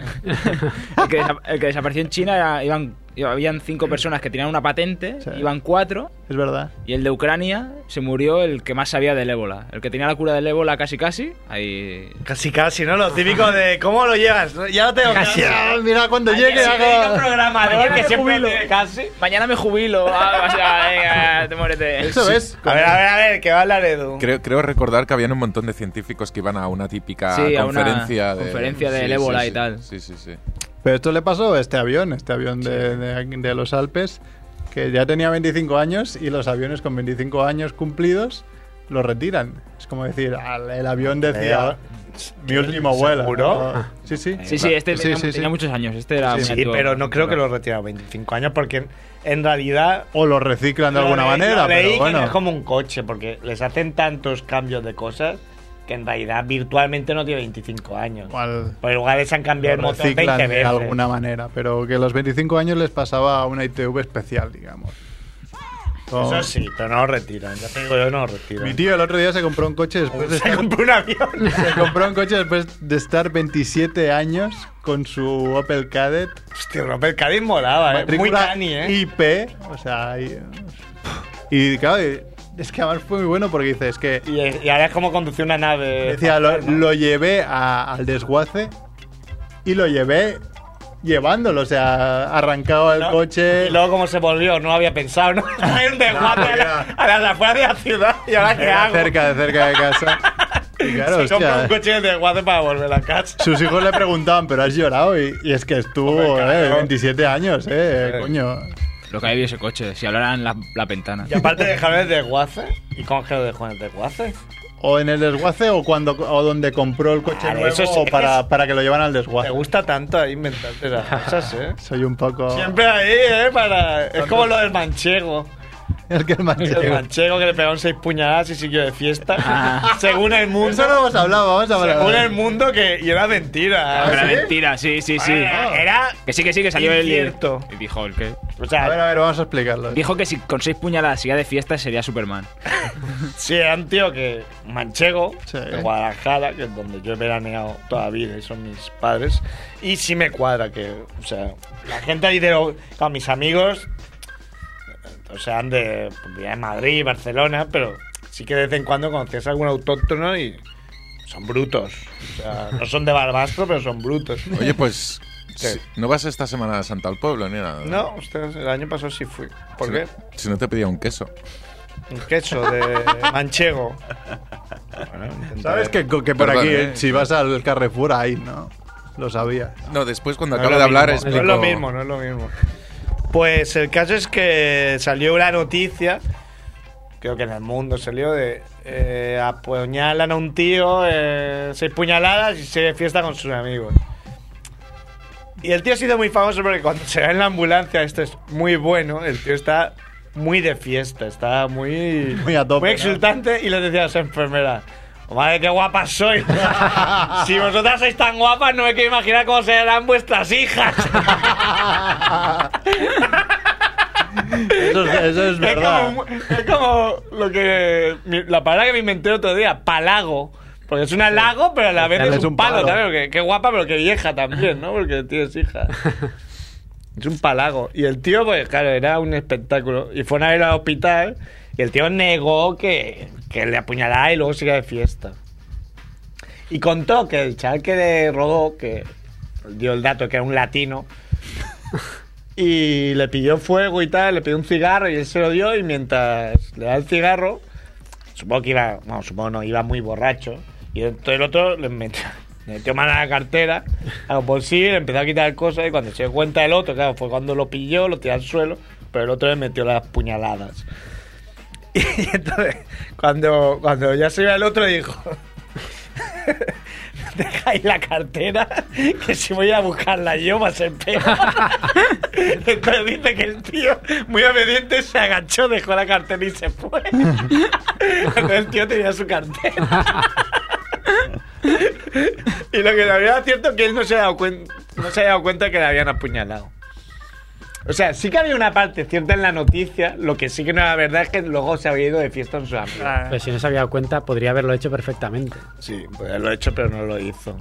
A: El que, desa- el que desapareció en China era- iban, iba- habían cinco personas que tenían una patente,
D: Sí.
A: iban cuatro.
D: Es verdad.
A: Y el de Ucrania se murió el que más sabía del ébola. El que tenía la cura del ébola casi casi. Ahí.
B: Casi, casi, ¿no? Lo típico de cómo lo llevas. Ya lo tengo casi.
D: Ah, Mira cuando llegue
B: un
D: haga...
B: programador que siempre tiene casi.
A: Mañana me jubilo. Ah, o sea, venga, te muérete.
D: Eso es.
B: A ver, a ver, a ver, que va a hablar Edu.
E: Creo, creo recordar que habían un montón de científicos que iban a una típica
A: Sí, a una
E: conferencia de-
A: conferencia del ébola y
E: sí.
A: tal.
E: Sí, sí, sí.
D: Pero esto le pasó a este avión, este avión de, de- de los Alpes, que ya tenía 25 años y los aviones con 25 años cumplidos los retiran. Es como decir, al- el avión decía, mi último vuelo.
B: Eh, ah,
D: Ah.
B: ¿Seguro? Ah.
D: Sí, sí.
A: Sí, sí, este
D: Sí,
A: tenía,
D: sí, sí.
A: tenía muchos años. Este era muy
B: Sí,
A: antiguo.
B: pero no creo que lo he retirado 25 años porque en- en realidad
D: O lo reciclan de
B: Lo
D: alguna
B: leí-
D: manera,
B: lo leí
D: pero
B: que
D: bueno.
B: Es como un coche, porque les hacen tantos cambios de cosas que en realidad virtualmente no tiene 25 años.
D: Igual
B: Por lugar les han cambiado el
D: lo
B: motor 20
D: reciclan
B: veces.
D: de alguna manera, pero que a los 25 años les pasaba a una ITV especial, digamos. Con-
B: Eso sí, pero no lo retiran. Ya te digo yo, no lo retiran.
D: Mi tío el otro día se compró un coche después de
B: se
D: estar-
B: compró un avión.
D: se compró un coche después de estar 27 años con su Opel Cadet.
B: Hostia, Robert Cádiz molaba, eh. Muy
D: matrícula
B: cani, eh.
D: IP, o sea, y, y, claro, y- es que además fue muy bueno porque dice, es que
B: Y, y ahora es como conducir una nave.
D: decía, lo, lo llevé a- al desguace y lo llevé llevándolo, o sea, arrancado el
B: No,
D: coche.
B: Y luego cómo se volvió, no lo había pensado, ¿no? Hay un desguace a, la-
D: mira.
B: a las afueras de la ciudad y ahora qué
D: Era
B: hago.
D: cerca, cerca de casa. Y claro,
B: se compra
D: hostia,
B: un coche de desguace para volver a casa.
D: sus hijos le preguntaban, pero has llorado. Y, y es que estuvo, eh, 27 años, eh, coño.
A: Lo que ha vivido ese coche, si hablaran la, la ventana.
B: Y aparte de dejarme el desguace, ¿y cómo es que lo dejó en el desguace?
D: O en el desguace o cuando o donde compró el coche
B: Claro,
D: nuevo
B: eso es-
D: o para, para que lo llevan al desguace.
B: Me gusta tanto ahí inventarte las cosas, ¿eh?
D: Soy un poco
B: Siempre ahí, ¿eh? Para... Es como lo del manchego.
D: el que el
B: El
D: manchego.
B: manchego que le pegaron seis puñaladas y siguió de fiesta. Según el mundo.
D: Ah. Eso no hemos hablado, vamos a hablar. Ah,
B: Según el mundo que. Y era mentira. ¿eh?
A: Pero era
B: ¿Ah, ¿sí?
A: mentira, sí, sí, sí.
B: Era- Era.
A: Que sí, que sí, que salió el
B: Incierto.
A: Y dijo, ¿el qué?
B: O
D: A ver,
B: sea,
D: a ver, vamos a explicarlo.
A: Dijo que si con seis puñaladas iba de fiesta sería Superman.
B: sí, era un tío que. Manchego.
D: Sí.
B: De Guadalajara, que es donde yo he veraneado toda la vida y son mis padres. Y sí me cuadra que. O sea, la gente ahí de. lo- claro, mis amigos. O sea, han de. pues, de Madrid, Barcelona, pero sí que de vez en cuando conocías a algún autóctono y. Son brutos. O sea, no son de Barbastro, pero son brutos.
E: Oye, pues.
B: ¿Qué?
E: si- ¿No vas esta semana a Santa al Pueblo ni nada?
B: No, ustedes, el año pasado sí fui. ¿Por
E: Si
B: qué?
E: no- Si no te pedía un queso.
B: Un queso de manchego.
D: Sabes que, que por
E: Perdón,
D: aquí,
E: eh.
D: si vas al Carrefour, ahí, ¿no? Lo sabía.
E: No, después cuando
B: No es
E: acabe
B: lo
E: de hablar
B: mismo,
E: explico-
B: No es lo mismo, no es lo mismo. Pues el caso es que salió una noticia, creo que en el mundo salió, de eh, apuñalan a un tío, eh, seis puñaladas y se de fiesta con sus amigos. Y el tío ha sido muy famoso porque cuando se va en la ambulancia, esto es muy bueno, el tío está muy de fiesta, está muy,
D: Muy a tope, ¿no?
B: exultante y le decía a su enfermera. Madre, qué guapa soy. si vosotras sois tan guapas, no me quiero imaginar cómo serán vuestras hijas.
D: Eso, es- eso es verdad.
B: como, es como lo que. mi- la palabra que me inventé otro día, palago. Porque es un halago, pero a la vez
D: También
B: es,
D: es
B: un
D: un
B: palo,
D: palo.
B: también. Porque, qué guapa, pero qué vieja también, ¿no? Porque tienes hija. Es un palago. Y el tío, pues claro, era un espectáculo. Y fue una vez al hospital y el tío negó que, que le apuñalara y luego siga de fiesta. Y contó que el chaval que le robó, que dio el dato que era un latino, y le pidió fuego y tal, le pidió un cigarro y él se lo dio y mientras le da el cigarro, supongo que iba, bueno, supongo no, iba muy borracho. Y entonces el otro le metió, le metió mano a la cartera, a los bolsillos, le empezó a quitar cosas y cuando se dio cuenta el otro, claro, fue cuando lo pilló, lo tiró al suelo, pero el otro le metió las puñaladas. Y entonces, cuando, cuando ya se iba el otro, dijo... Deja ahí la cartera, que si voy a buscarla yo va a ser peor. Entonces dice que el tío, muy obediente, se agachó, dejó la cartera y se fue. Entonces el tío tenía su cartera. Y lo que le había cierto es que él no se había dado, cuen- no se había dado cuenta que le habían apuñalado. O sea, sí que había una parte cierta en la noticia, lo que sí que no era verdad es que luego se había ido de fiesta en su amigo.
C: Pero pues si no se había dado cuenta, podría haberlo hecho perfectamente.
B: Sí, pues lo he hecho, pero no lo hizo.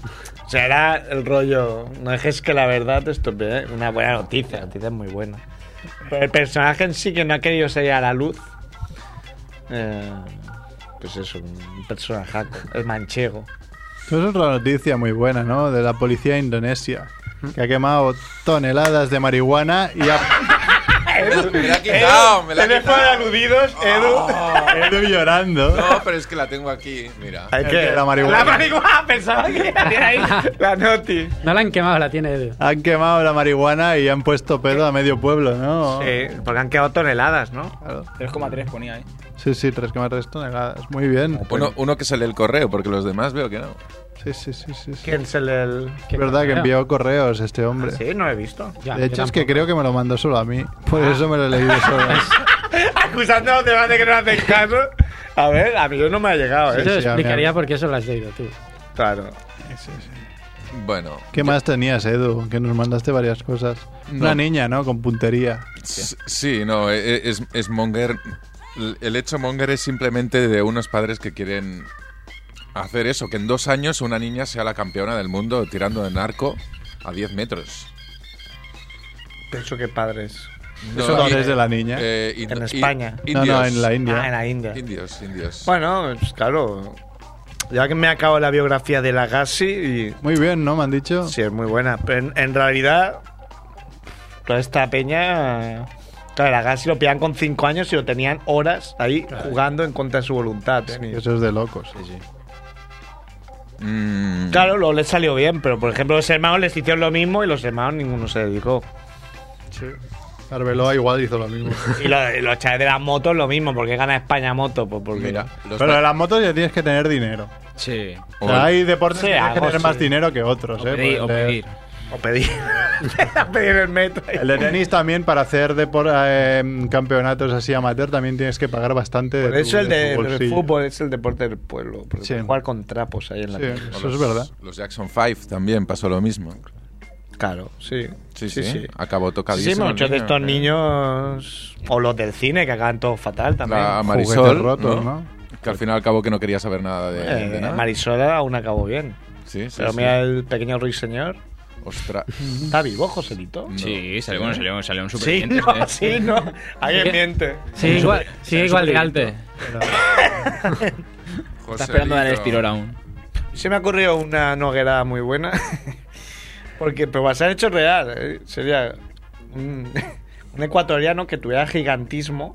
B: O sea, era el rollo. No dejes que la verdad te estropee. Una buena noticia, la noticia es muy buena. Pero el personaje en sí que no ha querido salir a la luz. Eh, pues eso, un personajaco, el manchego.
D: Eso es otra noticia muy buena, ¿no? De la policía de indonesia, que ha quemado toneladas de marihuana y ha...
E: Me la ha quitado, me la ha
B: Teléfono de
E: quitado.
B: aludidos, Edu.
D: Edu llorando.
E: No, pero es que la tengo aquí, mira.
D: Es que la marihuana.
B: La marihuana, pensaba que la tenía ahí. La noti.
C: No la han quemado, la tiene Edu.
D: Han quemado la marihuana y han puesto pedo a medio pueblo, ¿no?
B: porque han quedado toneladas, ¿no?
D: Claro.
A: 3,3 ponía, ¿eh?
D: Sí, sí, 3,3 toneladas. Muy bien.
E: Uno, uno que se lee el correo, porque los demás veo que no.
D: Sí, sí, sí, sí. sí.
B: ¿Quién se le.? el-
D: Es verdad que envió correos este hombre.
B: Ah, Sí, no lo he visto.
C: Ya,
D: De
C: yo
D: hecho, es que
C: tampoco.
D: creo que me lo mandó solo a mí. Por eso me lo he leído solo.
B: Acusando a los demás de que no hacen caso. A ver, a mí no me ha llegado, ¿eh?
D: Sí,
C: Eso
D: sí, a mí-
C: explicaría por qué eso lo has leído tú.
B: Claro.
E: Bueno,
D: ¿Qué más tenías, Edu? Que nos mandaste varias cosas. Una
E: No.
D: niña, ¿no? Con puntería.
E: s- sí, no, e- e- es, es Monger. L- El hecho Monger es simplemente de unos padres que quieren hacer eso, que en dos años una niña sea la campeona del mundo tirando de narco a 10 metros.
B: Pienso que padres.
E: No,
D: Eso no
E: y-
D: es de la niña.
E: eh, ind-
B: En
E: i-
B: España.
D: no, no,
E: indios.
D: en la
B: Ah, en
D: India.
B: la India.
E: Indios, indios.
B: Bueno, pues, claro. Ya que me acabo la biografía de Lagasse y
D: Muy bien, ¿no? Me han dicho.
B: Sí, es muy buena. Pero en, en realidad, toda esta peña. Claro, la Gassi lo pillaban con 5 años y lo tenían horas ahí jugando en contra de su voluntad. ¿eh?
D: Eso es de locos.
E: Mm,
G: Claro, luego les salió bien, pero por ejemplo, los hermanos les hicieron lo mismo y los hermanos ninguno se dedicó.
D: Arbeloa igual hizo lo mismo.
G: Y lo- y los chavales de las motos lo mismo, porque gana España moto, pues porque.
E: Mira, los
D: Pero
E: da-
D: de las motos ya tienes que tener dinero.
A: Sí.
E: o-
D: O sea, hay deportes
G: Sí,
D: que tienes que
G: algo,
D: tener
G: sí.
D: más dinero que otros.
A: O
D: ¿eh?
A: pedir.
D: Pues
A: o
D: el de-
A: pedir.
B: O pedir. a pedir el metro.
D: El de tenis también, para hacer depor- eh, campeonatos así amateur, también tienes que pagar bastante.
B: Por
G: Pues
D: de tu-
B: eso el
D: de
B: de,
D: tu
B: el
D: bolsillo.
B: fútbol es el deporte del pueblo. Porque
D: Sí.
B: jugar con trapos ahí en la
D: Sí,
B: calle.
E: o
D: eso es
E: los-
D: verdad.
E: Los Jackson 5 también pasó lo mismo.
B: Claro, sí.
E: Sí, sí. Acabó
B: Sí, sí,
E: tocadísimo. el
B: muchos de
E: niño,
B: estos
E: eh.
B: niños.
G: O los del cine, que acaban todos fatal también. Eh,
E: La
D: Juguetes
E: Marisol,
D: rotos,
E: ¿no?
D: ¿no?
E: Que al final al cabo que no quería saber nada de,
G: Eh,
E: de nada.
G: Marisola aún acabó bien.
E: Sí, sí,
G: pero
B: eh,
E: sí.
G: mira el pequeño ruiseñor.
E: Ostras.
G: Está vivo, Joselito.
E: No.
A: Sí, salió, bueno, salió, salió un
G: Sí,
A: Mm, superviviente. eh.
G: no, sí, no. Alguien
A: Sí.
G: miente.
C: Sí, igual, sigue igual de alto.
A: Está esperando dar el
E: Joselito.
A: estirón aún.
B: Se me ha ocurrido una noguerada muy buena. Porque, pero va a ser hecho real. ¿eh? Sería un, un ecuatoriano que tuviera gigantismo,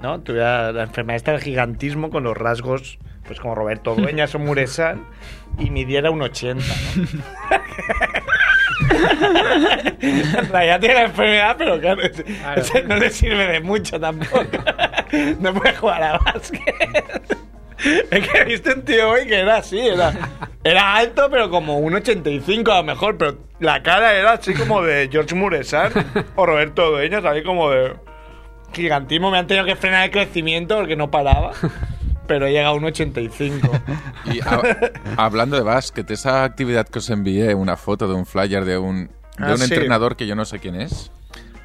B: ¿no? Tuviera la enfermedad esta del gigantismo con los rasgos, pues como Roberto Dueñas o Muresan, y midiera un 80, ¿no?
G: En realidad tiene la enfermedad, pero claro, es- ese no le sirve de mucho tampoco. No puede jugar a básquet. Es que viste un tío hoy que era así, era, era alto, pero como un 85 a lo mejor, pero la cara era así como de George Muresan o Roberto Dueñas, así como de gigantismo. Me han tenido que frenar el crecimiento porque no paraba, pero llega a un 85.
E: Y ha- hablando de básquet, esa actividad que os envié, una foto de un flyer de un, de
B: Ah,
E: un
B: sí.
E: entrenador que yo no sé quién es.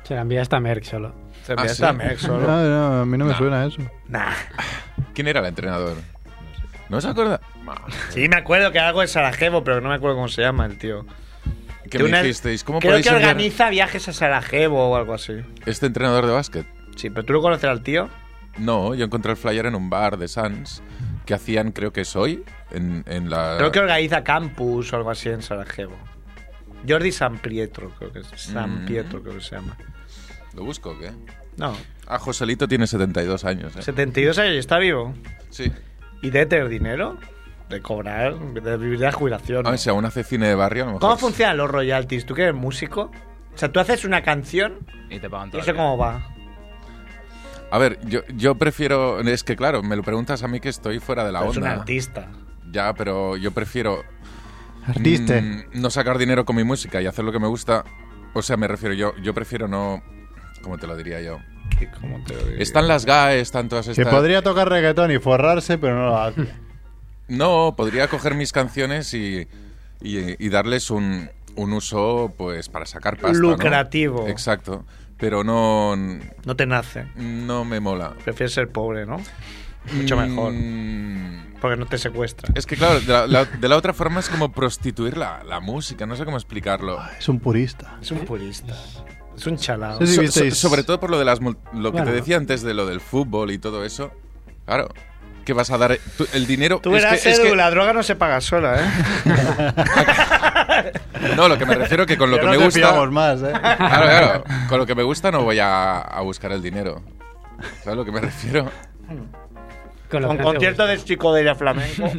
C: Se la envía hasta Merck solo.
B: Se
E: Ah,
B: me
E: ¿sí?
B: está mex
D: No,
B: solo.
D: no, a mí no me suena eso.
B: Nah.
E: ¿Quién era el entrenador? ¿No se acuerda? Ma,
B: Sí, me acuerdo que algo es Sarajevo, pero no me acuerdo cómo se llama el tío.
E: ¿Qué
B: Que
E: me
B: una-
E: dijisteis? ¿Cómo
B: Creo
E: podéis
B: que
E: enviar
B: organiza viajes a Sarajevo o algo así.
E: este entrenador de básquet?
B: Sí, pero tú lo conoces al tío.
E: No, yo encontré el flyer en un bar de Sans que hacían, creo que es hoy, en, en la...
B: Creo que organiza campus o algo así en Sarajevo. Jordi San Pietro, creo que es. San
E: Mm.
B: Pietro, creo que se llama.
E: ¿Lo busco o qué?
B: No,
E: Ah, Joselito tiene 72 años, ¿eh?
B: 72 años y está vivo.
E: Sí.
B: ¿Y debe tener dinero? De cobrar, de vivir de la jubilación.
E: Ah,
B: ¿no?
E: si aún hace cine de barrio, a lo mejor...
B: ¿Cómo funcionan los royalties? ¿Tú que eres músico? O sea, tú haces una canción
A: Y te pagan
B: y
A: todo.
B: eso
A: el
B: cómo va.
E: A ver, yo, yo prefiero... Es que, claro, me lo preguntas a mí que estoy fuera de la
B: Tú eres un
E: onda.
B: artista.
E: Ya, pero yo prefiero
D: Artiste.
E: Mm, no sacar dinero con mi música y hacer lo que me gusta. O sea, me refiero yo, yo prefiero no. ¿Cómo te lo diría yo?
B: ¿Qué- ¿Cómo te lo digo?
E: Están las GAE, están todas
D: Que
E: estas.
D: podría tocar reggaetón y forrarse, pero no lo hace.
E: No, podría coger mis canciones y, y- y darles un, un uso, pues, para sacar pasta. ¿no?
B: Lucrativo.
E: Exacto. Pero no,
B: No te nace.
E: no me mola.
B: Prefieres ser pobre, ¿no? Mucho mejor.
E: Mm,
B: Porque no te secuestran.
E: Es que, claro, de la, la- de la otra forma es como prostituir la, la música, no sé cómo explicarlo.
D: Es un purista.
B: Es un purista. Es un chalado.
D: Sí, sí,
E: So-
D: visteis-
E: so- sobre todo por lo de las mul- lo que
C: Bueno.
E: te decía antes de lo del fútbol y todo eso. Claro, que vas a dar tú- el dinero.
B: Tú
E: es
B: verás,
E: que- es
B: Edu,
E: que-
B: la droga no se paga sola, ¿eh?
E: no, lo que me refiero que con lo
D: Ya
E: que
D: no
E: me
D: te
E: gusta,
D: fiamos más, ¿eh?
E: claro, claro, con lo que me gusta no voy a, a buscar el dinero. ¿Sabes a lo que me refiero?
C: Con lo
B: Con
C: que no te
B: concierto de psicodelia flamenco.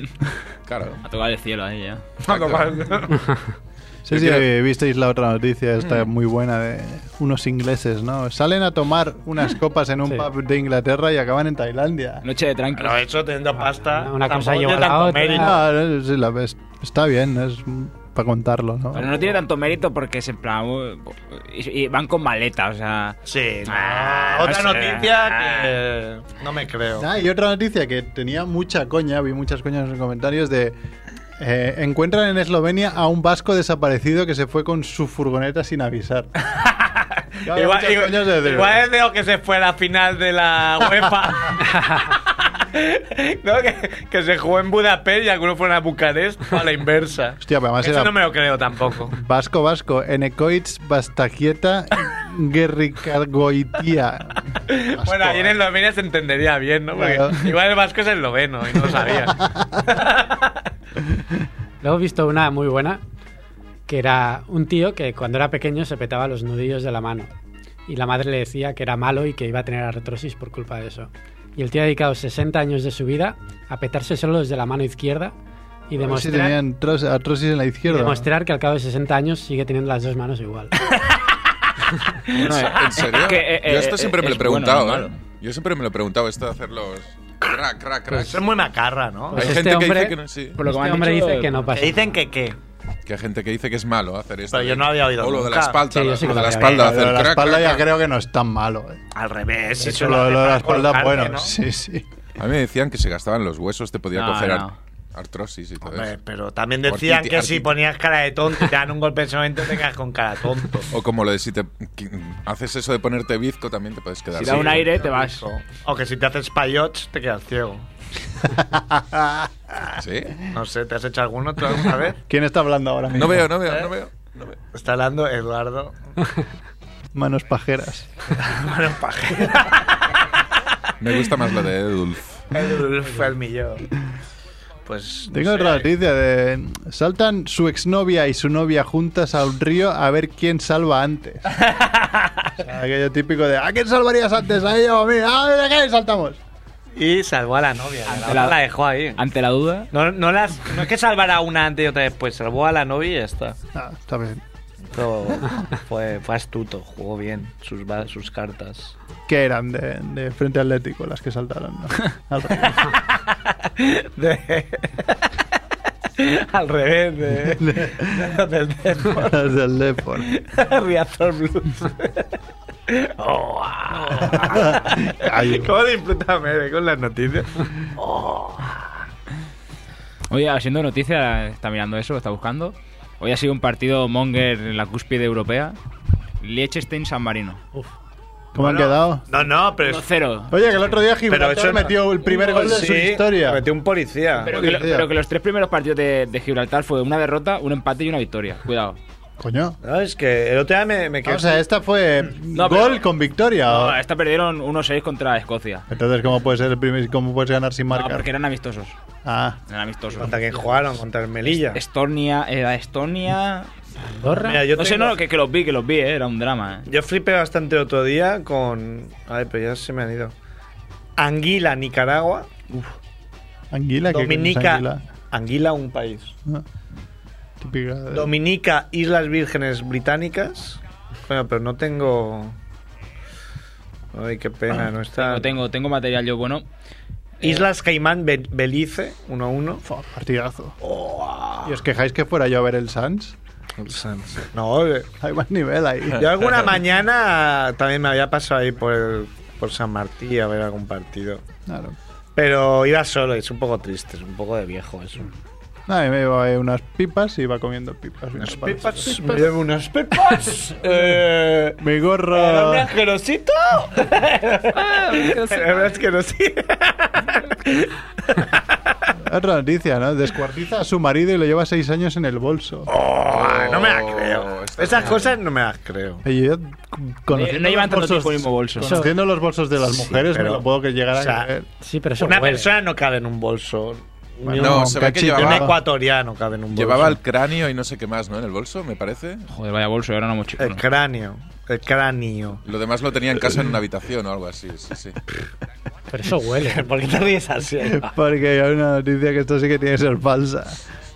E: Claro.
A: día. A tocar el cielo ahí ya.
D: Sí,
E: Yo
D: sí,
E: quiero-
D: visteis la otra noticia, esta muy buena, de unos ingleses, ¿no? Salen a tomar unas copas en un
C: Sí.
D: pub de Inglaterra y acaban en Tailandia.
A: Noche de tranqui.
E: eh,
B: Pero eso teniendo pasta.
C: Ah, Una cosa
B: tampoco tiene
C: lleva a la
B: tanto
C: otra.
B: mérito.
D: Ah, no, sí, la ves- está bien, es para contarlo, ¿no?
A: Pero no tiene tanto mérito porque es en plan. uh, Y, y van con maleta, o sea.
B: Sí, no.
A: Ah,
B: otra
A: o sea,
B: noticia
A: ah.
B: que no me creo.
D: Ah, y otra noticia que tenía mucha coña, vi muchas coñas en los comentarios de... eh, encuentran en Eslovenia a un vasco desaparecido que se fue con su furgoneta sin avisar. Claro,
G: Igual,
D: muchas
G: igual-
D: coñas de decir,
G: igual es de lo que se fue a la final de la UEFA. No, que, que se jugó en Budapest y algunos fueron a Bucarest o a la inversa.
D: Hostia, pero además
G: Eso
D: era
G: no me lo creo tampoco.
D: vasco vasco, Enekoitz Bastaquieta Guerricagoitía.
B: Bueno, ahí en Eslovenia se entendería bien, ¿no? Porque
D: eh. Claro.
B: igual el vasco es esloveno y no lo sabías.
C: Luego he visto una muy buena, que era un tío que cuando era pequeño se petaba los nudillos de la mano. Y la madre le decía que era malo y que iba a tener artrosis por culpa de eso. Y el tío ha dedicado 60 años de su vida a petarse solo los de la mano izquierda y
D: A ver si
C: demostrar,
D: tenían tros- artrosis en la
C: y
D: izquierda.
C: demostrar que al cabo de 60 años sigue teniendo las dos manos igual.
A: Bueno, eh,
E: ¿En serio?
A: que, eh,
E: Yo
A: eh,
E: esto siempre me lo
A: es
E: he preguntado,
A: bueno, no
E: ¿eh?
A: malo.
E: Yo siempre me lo he preguntado, esto de hacer los... Crack, crack, crack.
B: Eso es muy macarra, ¿no?
C: Pues
E: Hay
C: este
E: gente que
C: hombre-
E: dice que no, sí.
A: Por lo que me
C: Este
A: han
C: hombre
A: dicho,
C: dice
A: eh,
C: que no
D: Pues
C: pasa.
B: Que dicen
C: nada.
B: que qué.
E: Que hay gente que dice que es malo hacer esto.
B: Pero
E: de-
B: yo no había oído
E: O lo de la
B: nunca.
E: espalda,
C: Sí, yo
E: lo,
C: sí que
E: de
C: lo
E: la
C: había
D: Lo
E: espalda,
D: de
E: hacer
D: la
E: crack,
D: espalda
E: crack,
D: ya creo que no es tan malo. eh.
B: Al revés. eso
D: De hecho, lo,
B: hace
D: lo de la
B: para
D: espalda,
B: colocarte,
D: bueno,
B: ¿no?
D: sí, sí.
E: A mí me decían que se gastaban los huesos, te podía
A: No,
E: coger ar-
A: no.
E: artrosis y todo
B: Hombre,
E: eso.
B: pero también decían
E: Artiti-
B: que si
E: artiti-
B: ponías cara de tonto y te dan un golpe en ese momento te quedas con cara de tonto.
E: O como lo de si te que- haces eso de ponerte bizco, también te puedes quedar
A: Si
E: así.
A: da un aire, te vas.
B: O que si te haces payots te quedas ciego.
E: ¿Sí?
B: No sé, ¿te has hecho alguno tú alguna vez?
D: ¿Quién está hablando ahora mismo?
E: No veo, no veo, no veo.
B: Está hablando Eduardo.
D: Manos pajeras.
B: Mano paje.
E: Me gusta más lo de Edulf.
B: El, el millón. Pues. no
D: Tengo
B: sé.
D: otra noticia de... Saltan su exnovia y su novia juntas a un río a ver quién salva antes. O sea, aquello típico de ¿a quién salvarías antes? ¿A ella o a mí? ¡Ah, de qué saltamos!
B: Y salvó a la novia. La,
A: Ante la-
B: otra la dejó ahí.
A: Ante la duda,
B: No, no, las, no es que salvar a una antes y otra después, salvó a la novia y ya está.
D: Ah, está bien.
B: Esto fue, fue astuto, jugó bien sus, va- sus cartas.
D: Que eran de, de Frente Atlético las que saltaron. ¿no? Al río.
B: Al revés de, del
D: Las del Depor.
B: Reactor Blues.
D: Ay,
B: Oh, ah. ¿Cómo disfruta Mere con las noticias?
A: Oye, haciendo noticia, está mirando eso, está buscando. Hoy ha sido un partido monger en la cúspide europea. Liechtenstein-San Marino.
D: ¿Cómo han
B: Bueno,
D: quedado?
B: No, no, pero es.
A: 1-0.
D: Oye, que el otro
B: Pero
D: día
B: eso
D: Gibraltar
B: no-
D: metió el primer gol de su historia.
B: Metió un policía.
A: Pero que, lo-
D: Policía.
A: pero que los tres primeros partidos de, de Gibraltar fue una derrota, un empate y una victoria. Cuidado.
D: Coño.
B: No, es que el otro día me, me
D: Ah,
B: quedé.
D: O sea, esta fue
A: No,
D: gol
A: pero-
D: con victoria. ¿o?
A: No,
E: Ah.
A: esta perdieron 1-6 contra Escocia.
D: Entonces, ¿cómo puedes, ser el primer, ¿cómo puedes ganar sin
A: No,
D: marcar?
A: porque eran amistosos.
D: Ah,
A: Eran amistosos.
B: ¿Contra quién jugaron? Contra el Melilla.
A: Estonia, era Estonia.
C: Andorra.
B: Mira, yo
A: no sé,
B: tengo-
A: no, que, que los vi, que los vi, eh, era un drama. eh.
B: Yo flipé bastante otro día con. A ver, pero ya se me han ido. Anguila, Nicaragua.
D: Anguila. ¿qué coño es
B: Dominica.
D: Anguila?
B: Anguila, un país.
D: Ah. Típica. de-
B: Dominica, Islas Vírgenes Británicas. Bueno, pero no tengo. Ay, qué pena, no está.
A: Tengo, tengo, tengo material yo bueno.
B: Islas Caimán, Be- Belice, 1-1.
D: Fua, partidazo.
A: Oh.
D: ¿Y os quejáis que fuera yo a ver el Sans?
B: No, eh,
D: Hay más nivel ahí.
B: yo alguna mañana también me había pasado ahí por, el- por San Martín a ver algún partido.
D: Claro.
B: Pero iba solo, y es un poco triste, es un poco de viejo eso.
D: Nada, Ah, y me iba a unas pipas y iba comiendo pipas.
B: Unas
D: Para-
B: pepas, Pues, me llevo unas pepas. eh, ah.
D: Mi gorro.
B: ¿Hombre asquerosito? ¿Hombre asquerosito?
D: Otra noticia, ¿no? Descuartiza a su marido y lo lleva seis años en el bolso.
A: Oh.
B: Ah, no me las
E: Oh,
B: creo.
E: Esta
B: Esas
E: es-
B: cosas no me las creo.
D: Y yo,
A: Eh, no
D: conociendo,
A: llevan
D: los
A: tanto
D: bolsos,
A: tiempo en el mismo bolso.
D: conociendo los bolsos de las mujeres,
B: pero-
D: me lo puedo que llegar a
B: o sea,
D: creer.
C: Sí, pero eso
B: Una
C: huele.
B: persona no cabe en un bolso. Ni
D: Bueno,
B: un-
E: No, se ve que
D: cachito.
B: ni un
E: llevaba-
B: ecuatoriano cabe en un bolso.
E: Llevaba el cráneo y no sé qué más, ¿no? En el bolso, me parece.
A: Joder, vaya bolso, era una mochila.
B: El cráneo. El cráneo.
E: Lo demás lo tenía en casa en una habitación o algo así, sí, sí.
C: Pero eso huele.
B: ¿Por qué te ríes así?
D: Porque hay una noticia que esto sí que tiene que ser falsa.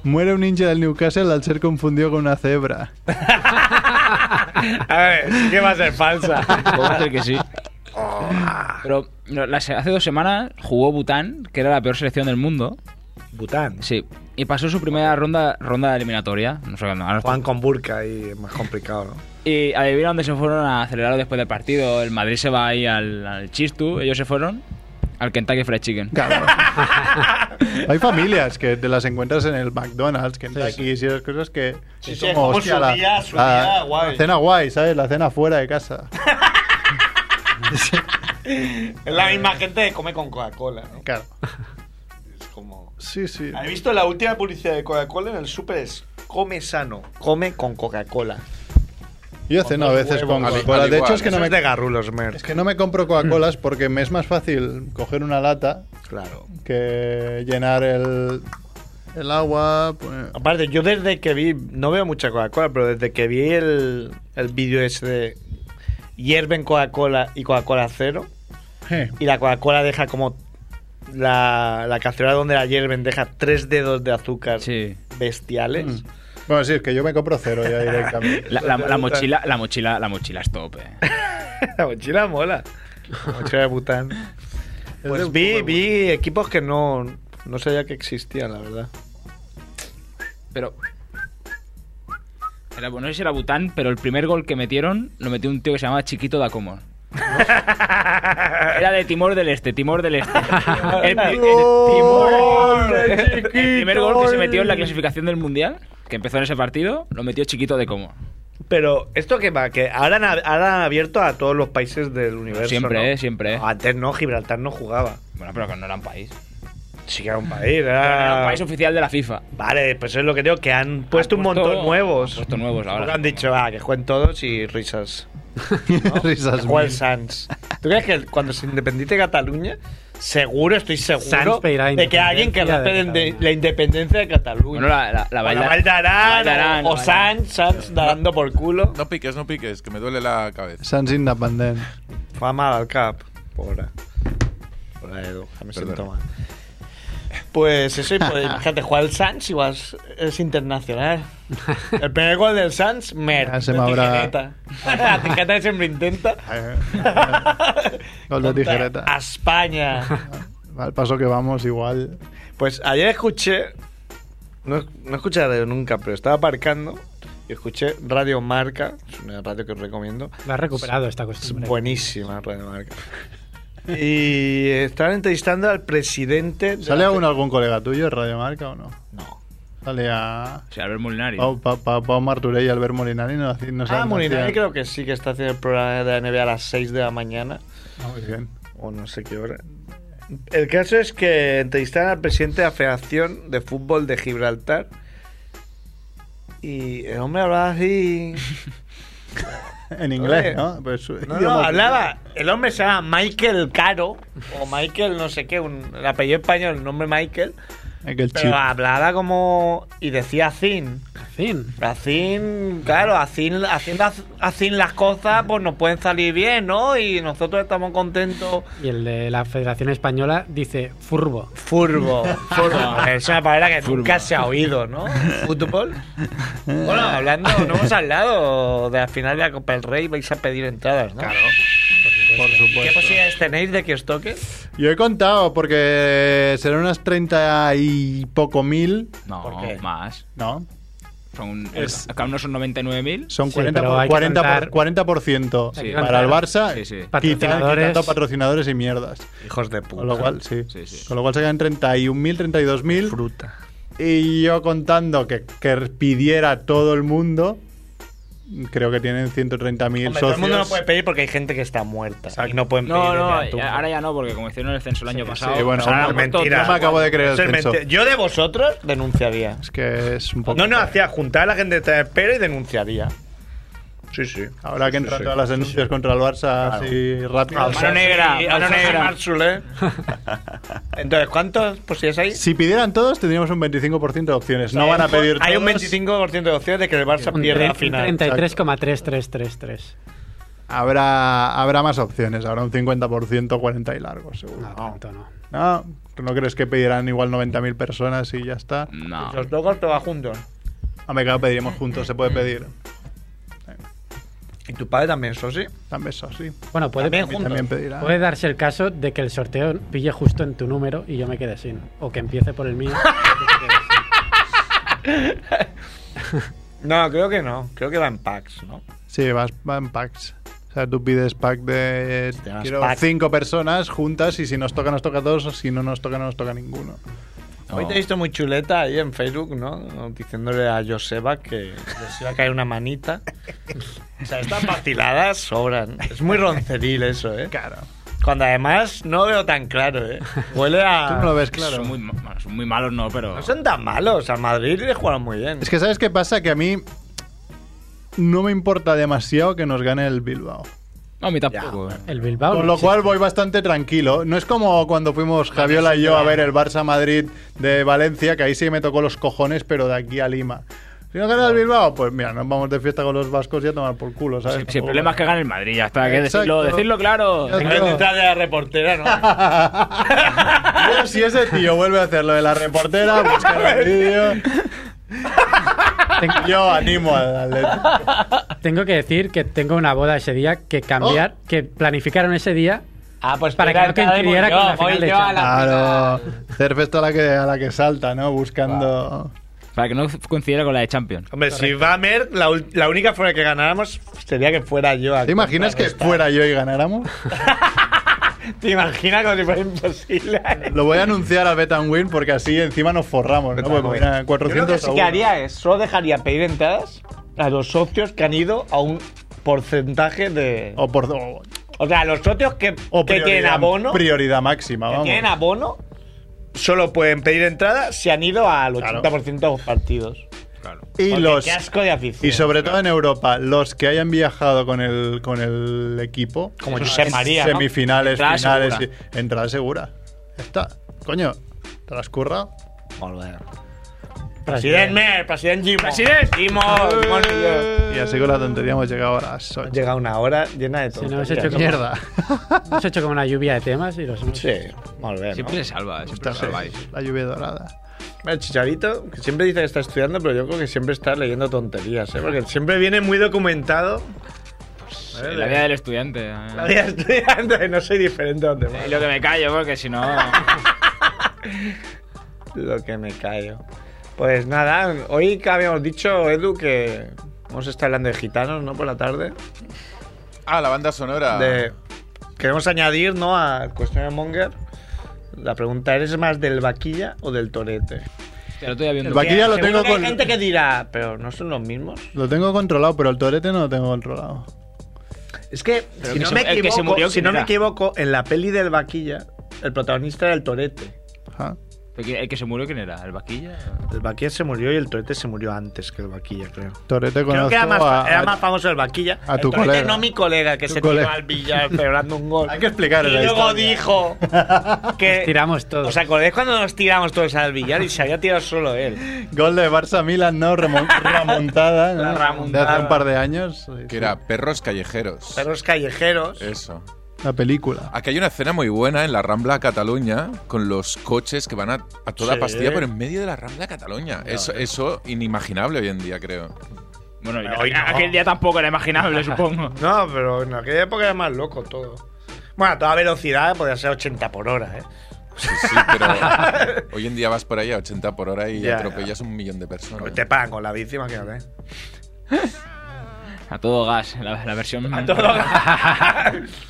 D: Muere un hincha del Newcastle al ser confundido con una cebra.
B: A ver, ¿qué va a ser falsa?
A: Puede ser que sí. Pero no, la se- hace dos semanas jugó Bután, que era la peor selección del mundo.
B: Bután.
A: Sí. Y pasó su primera ronda ronda eliminatoria. No sé, no, ahora estoy-
B: Juan con burka y es más complicado, ¿no?
A: Y adivina dónde se fueron a celebrar después del partido. El Madrid se va ahí al, al Chistu, ellos se fueron al Kentucky Fried Chicken.
D: Cabrón. hay familias que te las encuentras en el McDonald's, que entras aquí y esas cosas que.
B: Sí,
D: es
B: sí, como su día, su día guay.
D: la cena guay, ¿sabes? La cena fuera de casa.
B: Es la misma gente que come con Coca-Cola, ¿no?
D: Claro.
B: Es como...
D: Sí, sí.
B: ¿Has visto la última publicidad de Coca-Cola en el súper? Es come sano, come con Coca-Cola.
D: Yo ceno a veces con Coca-Cola.
E: al
D: De
E: igual,
D: hecho, es que,
B: Eso
D: no me,
B: es de garrulos, Merck.
D: es que no me compro Coca-Colas porque me es más fácil coger una lata
B: Claro.
D: que llenar el, el agua. pues-
B: Aparte, yo desde que vi, no veo mucha Coca-Cola, pero desde que vi el, el vídeo ese de hierven Coca-Cola y Coca-Cola cero,
D: Eh,
B: y la Coca-Cola deja como la, la cacerola donde la hierven deja tres dedos de azúcar
A: Sí.
B: bestiales.
D: Bueno, sí, es que yo me compro cero ya directamente.
A: La, la- la mochila, la mochila, la mochila es top. eh.
B: La mochila mola. La mochila de Bután. Pues
D: un
B: vi,
D: poco de
B: vi equipos que no, no sabía que existían, la verdad.
A: Pero. Era, no sé si era Bután, pero el primer gol que metieron lo metió un tío que se llamaba Chiquito Dacomor. Era de Timor del Este, Timor del Este. El, pri- el Timor- el primer gol que se metió en la clasificación del Mundial, que empezó en ese partido, lo metió Chiquito Dacomor.
B: Pero, ¿esto qué va? Que ahora, han ab- ahora han abierto a todos los países del universo.
A: Siempre,
B: ¿no?
A: eh, siempre, eh.
B: Antes no, Gibraltar no jugaba.
A: Bueno, pero que no era un país.
B: Sí que era un país,
A: Era un
B: era...
A: país oficial de la FIFA.
B: Vale, pues es lo que digo, que han puesto un montón nuevos.
A: han puesto nuevos ahora.
B: Porque han dicho, ah, que jueguen todos y risas.
D: risas
B: Que juegue el
D: mil.
B: Sans. ¿Tú crees que cuando se independice Cataluña, seguro, estoy seguro,
C: Sans pedirá
B: de que alguien que
C: independencia de
B: respete de-
C: Cataluña.
B: la independencia de Cataluña?
A: Bueno, la, la, la
B: O
A: baila-
B: la Valdarán,
A: la Valdarán,
B: o
A: la Valdarán.
B: Sans, Sans dando por culo.
E: No piques, no piques, que me duele la cabeza.
D: Sans Independent.
B: Fama al cap. Pobre. Pobre Edu, ya me siento
E: Perdona.
B: mal. Pues eso, y pues, imagínate, jugar al Sans igual es- es internacional. El primer gol del Sans, Mer.
D: Ya se me habrá-
B: tijereta. La tijereta que siempre intenta.
D: Gol de
B: Contra
D: tijereta.
B: A España.
D: Al paso que vamos, igual.
B: Pues ayer escuché. No, no escuché radio nunca, pero estaba aparcando y escuché Radio Marca, es una radio que os recomiendo.
C: Lo has recuperado esta
B: Es
C: costumbre.
B: Pues buenísima Radio Marca. Y estaban entrevistando al presidente. de
D: ¿Sale
B: la-
D: aún algún colega tuyo en Radio Marca o no?
B: No.
D: Sale a.
A: O sea, Albert Molinari.
D: Pau, Pa- Pa- Pau Marturell y Albert Molinari no, haci- no
B: ah,
D: saben
B: Molinari
D: hacer-
B: creo que sí que está haciendo el programa de la NBA a las 6 de la mañana.
D: Ah, muy bien.
B: O no sé qué hora. El caso es que entrevistaron al presidente de la Federación de Fútbol de Gibraltar. Y el hombre hablaba así.
D: En inglés,
B: Oye.
D: ¿no? Pues,
B: No, no,
D: idioma-
B: hablaba. El hombre se llama Michael Caro. O Michael, no sé qué. Un, el apellido español, el nombre Michael.
D: Aquel chip.
B: Pero ah, hablaba como. Y decía Zin.
C: Fin.
B: Hacín, claro, hacín, haciendo haz- hacín las cosas, pues nos pueden salir bien, ¿no? Y nosotros estamos contentos.
C: Y el de la Federación Española dice furbo.
B: Furbo, furbo. Es una palabra que nunca se ha oído, ¿no? Fútbol. Bueno, hablando, no hemos hablado de la final de la Copa del Rey, vais a pedir entradas, ¿no? Claro.
D: Por
B: pues, ¿Qué
D: supuesto.
B: posibilidades tenéis de que os toque?
D: Yo he contado porque serán unas 30 y poco mil,
A: No,
B: ¿Por qué?
A: más.
D: ¿no?
A: Son,
D: Es-
A: Acá unos son 99.000.
D: Son
C: Sí,
D: 40,
C: pero hay
D: por,
C: que
D: 40, por-
C: contar-
D: 40 por ciento
C: Hay que
D: para el
C: contar-
D: Barça,
A: Sí, sí.
D: quita-
C: Patrocinadores.
D: quitando patrocinadores y mierdas.
B: Hijos de puta.
D: Con lo cual, sí.
A: Sí, sí.
D: Con lo cual se quedan 31.000, 32.000.
B: Fruta.
D: Y yo contando que, que pidiera todo el mundo, creo que tienen 130.000
B: Hombre,
D: socios.
B: todo el mundo no puede pedir porque hay gente que está muerta y no pueden pedir.
A: No, no,
B: desde la
A: ya-
B: tumba.
A: ahora ya no, porque como hicieron el censo el año pasado.
D: sí, bueno,
A: pues ahora
D: no,
A: han puesto
B: mentira.
D: No me acabo de creer
B: Eso es
D: el censo.
B: mentira. Yo de vosotros denunciaría.
D: Es que es un poco...
B: No, no, hacía juntar a la gente detrás de pelo y denunciaría. Sí, sí.
D: Ahora que entran
B: Sí, sí.
D: todas las denuncias contra el Barça así rápido.
A: Mano negra, mano negra.
D: ¿eh?
B: Entonces, ¿cuántos posibilidades hay?
D: Si pidieran todos, tendríamos un 25% de opciones. No van a pedir
B: Hay un
D: todos.
B: 25% de opciones de que el Barça
C: Un
B: pierda
C: tre-
B: la final.
C: un 33,3333.
D: Habrá, habrá más opciones. Habrá un 50%, 40 y largo, seguro.
C: No, tanto no.
D: No, ¿tú no crees que pedirán igual 90.000 personas y ya está?
A: No.
B: Los locos todos juntos.
D: A me claro, pediremos juntos, se puede pedir.
B: Y tu padre también, eso sí.
D: También eso, sí.
C: Bueno, puede,
B: También juntos. Pues-
D: También pedirá.
C: puede darse el caso de que el sorteo pille justo en tu número y yo me quede sin. O que empiece por el mío.
B: No, creo que no. Creo que va en packs, ¿no?
D: Sí, vas, va en packs. O sea, tú pides pack de eh,
B: Pues Te das
D: quiero
B: pack.
D: cinco personas juntas y si nos toca, nos toca a todos, o si no nos toca, no nos toca a ninguno.
B: Hoy te he visto muy chuleta ahí en Facebook, ¿no? Diciéndole a Joseba que les iba a caer una manita. O sea, estas vaciladas sobran. Es muy ronceril eso, ¿eh?
D: Claro.
B: Cuando además no veo tan claro, ¿eh? Huele a...
D: Tú no lo ves claro.
A: Son muy, ma- bueno, son muy malos, no, pero.
B: No son tan malos. A Madrid le jugaron muy bien.
D: Es que ¿sabes qué pasa? Que a mí no me importa demasiado que nos gane el Bilbao.
A: No, a mí tampoco. eh.
C: El Bilbao.
D: Con
C: no
D: lo
C: existe.
D: cual voy bastante tranquilo. No es como cuando fuimos Javiola y yo a ver el Barça Madrid de Valencia, que ahí sí me tocó los cojones, pero de aquí a Lima. Si no gana el Bilbao, pues mira, nos vamos de fiesta con los vascos y a tomar por culo, ¿sabes?
A: Si, si el problema es que gane el Madrid, ya está. Que decirlo,
D: Exacto.
A: decirlo claro.
D: Ya está.
G: Ven detrás de la reportera, ¿no?
D: Yo, si ese tío vuelve a hacer lo de la reportera, buscar el vídeo. Yo animo al Atleti.
C: Tengo que decir que tengo una boda ese día que cambiar, que planificaron ese día
G: Ah, pues
C: para que no coincidiera con la final de Champions.
D: Claro, Cerfesto a la que a la que salta, ¿no? Buscando.
A: Para que no coincidiera con la de Champions.
B: Hombre, si va a Merck, la, ul- la única forma que ganáramos sería que fuera yo. a
D: ¿Te imaginas que
B: contrarrestar.
D: fuera yo y ganáramos?
G: ¿Te imaginas como si fuera imposible?
D: Lo voy a anunciar al Bet and Win porque así encima nos forramos, ¿no? Porque mira,
G: Yo lo
D: 400
G: que sí que
D: a uno.
G: haría es, solo dejaría pedir entradas a los socios que han ido a un porcentaje de...
D: O, por, o,
G: O sea, a los socios que,
D: o
G: que tienen abono, que
D: Prioridad máxima, vamos.
G: tienen abono, solo pueden pedir entradas si han ido al 80% de los partidos.
D: y
G: Porque
D: los
G: Qué asco de afición.
D: y sobre todo en Europa, los que hayan viajado con el con el equipo,
G: Como
D: en
G: Josep María, ¿no?
D: semifinales,
A: Entrada
D: finales,
A: segura.
D: y- entrada segura. Ya Está, coño, te las curra.
G: Presidente Mer, presidente Gimo.
A: Presidente.
G: Gimo, Gimo Rivera.
D: Y así con la tontería hemos llegado a las ocho.
B: Llega una hora llena de
C: Si
B: todo.
C: no, hemos hecho, como,
D: Mierda.
C: hemos hecho como una lluvia de temas y los hemos-
B: Sí, molt bé,
A: Siempre se salva, eh, siempre
D: Está
A: se salva. ahí.
D: la lluvia dorada.
B: no? El Chicharito, que siempre dice que está estudiando, pero yo creo que siempre está leyendo tonterías, ¿eh? Porque siempre viene muy documentado.
A: Sí, La vida del estudiante. eh.
B: La vida estudiante, no soy diferente a donde
A: Es lo que me callo, porque si no.
B: Lo que me callo. Pues nada, hoy que habíamos dicho, Edu, que hemos estado hablando de gitanos, ¿no? Por la tarde.
E: Ah, la banda sonora.
B: De- queremos añadir, ¿no? A cuestiones Monger. La pregunta, ¿eres más del vaquilla o del torete?
A: Te lo estoy viendo.
D: El vaquilla lo
B: Seguro
D: tengo
B: que hay
D: con-
B: gente que dirá, pero no son los mismos.
D: Lo tengo controlado, pero el torete no lo tengo controlado.
B: Es que, si,
A: que
B: no,
A: se-
B: me
A: el que se
B: equivoco,
A: murió,
B: si
A: ¿quién
B: no me
A: era?
B: equivoco, en la peli del vaquilla, el protagonista era el torete.
D: Ajá.
A: Pero ¿quién- ¿El que se murió quién era? ¿El vaquilla?
B: El vaquilla se murió y el torete se murió antes que el vaquilla, creo.
D: Torete
B: Creo
D: conozco
B: que era más,
D: a-
B: era
D: a-
B: más famoso el vaquilla.
D: a
B: El
D: tu
B: torete,
D: colega.
B: No mi colega, que
D: Tu
B: se
D: colega.
B: tiró al billar celebrando un gol.
D: Hay que explicar
B: Y
D: la
B: luego
D: historia.
B: dijo que...
C: tiramos todos.
G: ¿Os acordáis cuando nos tiramos todos al billar y se había tirado solo él?
D: Gol de Barça Milan, ¿no? Remon- remontada, ¿no?
B: remontada.
D: De hace un par de años. Sí,
E: Que
D: sí.
E: era Perros Callejeros.
B: Perros callejeros.
E: Eso.
D: La película.
E: Aquí hay una escena muy buena en la Rambla Cataluña con los coches que van a, a toda
B: Sí.
E: pastilla por en medio de la Rambla Cataluña. Eso, eso inimaginable hoy en día, creo.
A: Bueno,
B: Pero hoy no.
A: aquel día tampoco era imaginable, supongo.
B: No, pero en aquella época era más loco todo. Bueno, a toda velocidad podía ser 80 por hora, ¿eh?
E: Sí, sí, pero hoy en día vas por ahí a 80 por hora y
B: Ya,
E: atropellas un millón de personas.
B: Te pagan con la bici, imagínate.
A: A todo gas, la, la versión. A
B: Todo-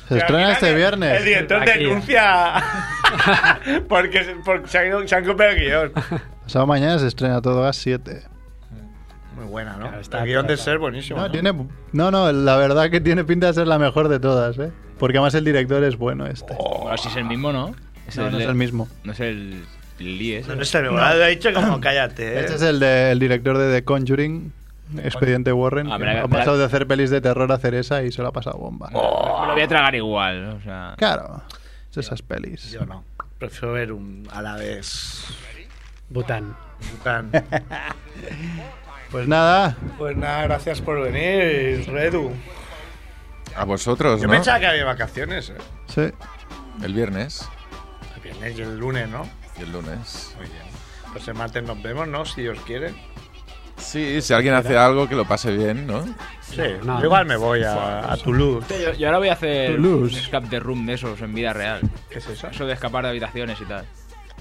D: Se estrena este
B: El
D: viernes.
B: director
C: Vaquilla.
B: denuncia porque, porque se, han, se han copiado el guión.
D: Pasado mañana se estrena todo gas 7.
B: Muy buena, ¿no?
C: Claro, está
B: el guión de
C: atrasado.
B: ser buenísimo.
D: No,
B: ¿no?
D: tiene, no, no, la verdad que tiene pinta de ser la mejor de todas, ¿eh? Porque además el director es bueno este.
A: Bueno, si es el mismo, ¿no?
D: No, no es el mismo.
A: No es el. Lee, ese.
B: No, no sé, me lo he dicho como cállate. ¿eh?
D: Este es el, de- el director de The Conjuring, Expediente Warren.
A: Ah,
D: que
A: pero-
D: ha
A: pero-
D: pasado de hacer pelis de terror a hacer esa y se la ha pasado bomba.
A: Me
B: Oh.
A: lo voy a tragar igual, o sea.
D: Claro, es esas pelis.
B: Yo no. Prefiero ver un a la vez.
C: Bután.
B: Tan-
D: Pues nada,
B: Pues nada, gracias por venir, Redu.
E: A vosotros,
B: Yo
E: ¿no?
B: pensaba que había vacaciones, ¿eh?
D: sí.
E: El viernes
B: El viernes y el lunes, ¿no?
E: y el lunes.
B: Muy bien. Pues el martes nos vemos, ¿no? Si Dios quiere.
E: Sí, si alguien hace algo que lo pase bien, ¿no?
B: Sí,
C: no.
B: yo igual me voy a, a Toulouse.
A: Yo, yo ahora voy a hacer un
D: Toulouse.
A: escape de room de esos en vida real.
B: ¿Qué es eso?
A: Eso de escapar de habitaciones y tal.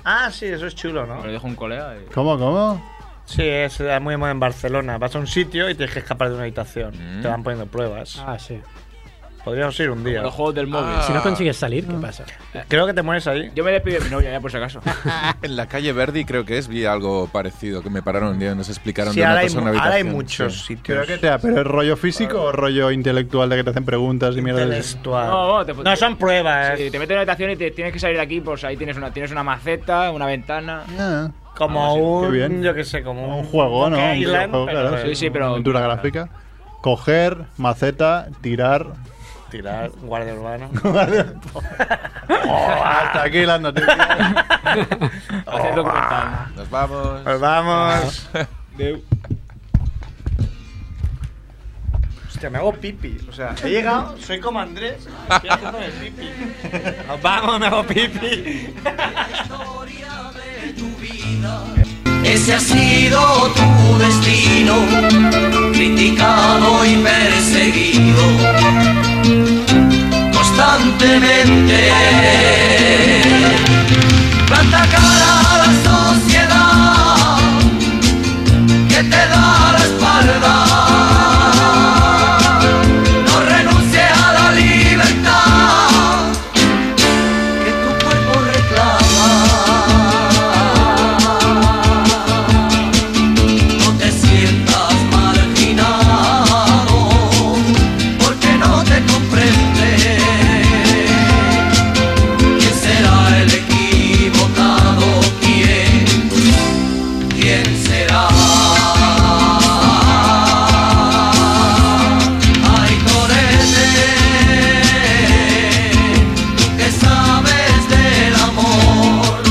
B: Ah, sí, eso es chulo, ¿no?
A: Me lo dejo un colega y.
D: ¿Cómo, cómo?
B: Sí, es eh, muy muy en Barcelona. Vas a un sitio y tienes que escapar de una habitación.
E: Mm.
B: Te van poniendo pruebas.
C: Ah, sí.
B: Podríamos ir un
A: Como
B: día.
A: Los juegos del móvil.
E: Ah.
C: Si no consigues salir, ¿qué pasa?
B: Creo que te mueres ahí.
A: Yo me despido de mi novia, ya por si acaso.
E: En la calle Verdi creo que es, vi algo parecido, que me pararon un día y nos explicaron
B: Sí,
E: de una
B: ahora hay,
E: cosa en
B: mu-
E: una
B: ahora hay
E: habitación,
B: muchos
E: sí.
D: Creo
B: sitios.
D: que sea, pero es rollo físico o rollo intelectual de que te hacen preguntas y mierdas. de-
B: Intelectual.
A: No, te-
B: No, son pruebas.
A: Si te metes en una habitación y te tienes que salir de aquí, pues ahí tienes una, tienes una maceta, una ventana.
D: Ah,
B: Como
D: qué
B: un.
D: bien.
B: Yo qué sé, como
D: Un juego, ¿no?
B: Monkey
D: Un
B: Island,
D: videojuego,
B: pero-
D: claro.
A: Sí, sí, pero.
D: aventura gráfica. Coger, maceta, tirar.
B: Tirar.
G: Guardia urbana.
D: Oh, hasta aquí las noticias. Oh.
A: Haciendo documental.
E: Nos vamos.
B: Pues vamos.
A: Deu.
B: Hostia, me hago pipi. O sea, he llegado, soy como Andrés. Estoy haciendo el pipi. Nos vamos, me hago pipi.
J: Ese ha sido tu destino, criticado y perseguido constantemente. Planta cara a la sociedad que te da la espalda. No renuncie a la libertad que tu cuerpo reclama. No te sientas marginado porque no te comprende. ¿Quién será el equivocado? ¿Quién? ¿Quién será? Ay, Torete, tú que sabes del amor,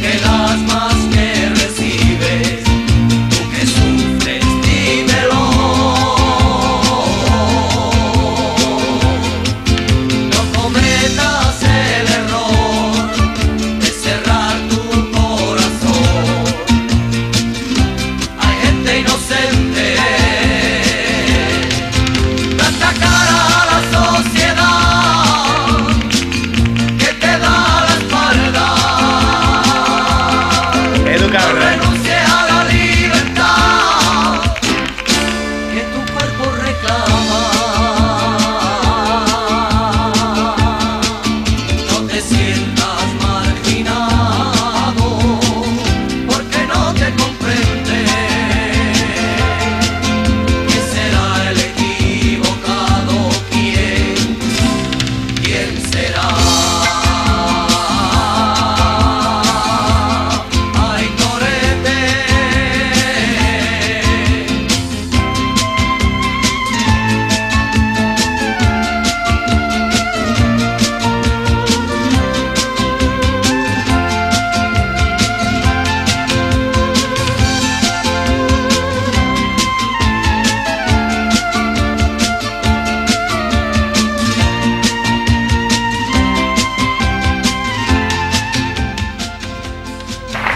J: que las más que recibes, tú que sufres, dímelo. No cometas el error de cerrar tu corazón. Hay gente inocente. Planta cara a la sociedad que te da la espalda.
B: Edu
J: No
B: Cabrera.
J: renuncie a la libertad que tu cuerpo reclama. No te sientas marginado porque no te comprende. ¿Quién será el equivocado? ¿Quién? ¿Quién será? Ay, Torete.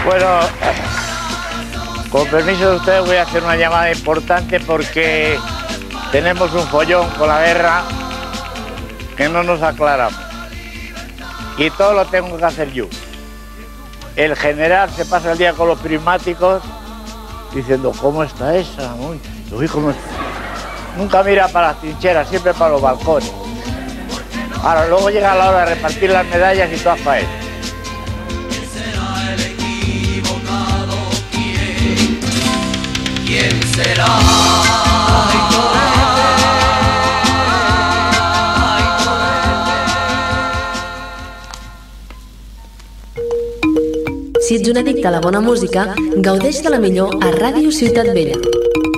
G: Bueno, con permiso de ustedes voy a hacer una llamada importante porque tenemos un follón con la guerra que no nos aclaramos. Y todo lo tengo que hacer yo. El general se pasa el día con los prismáticos diciendo, ¿cómo está esa? Uy, uy, ¿cómo está?". Nunca mira para las trincheras, siempre para los balcones. Ahora, luego llega la hora de repartir las medallas y todas para él.
J: será el equivocado? ¿Quién? ¿Quién será? Ay,
K: Si ets un addicte a la bona música, gaudeix de la millor a Ràdio Ciutat Vella.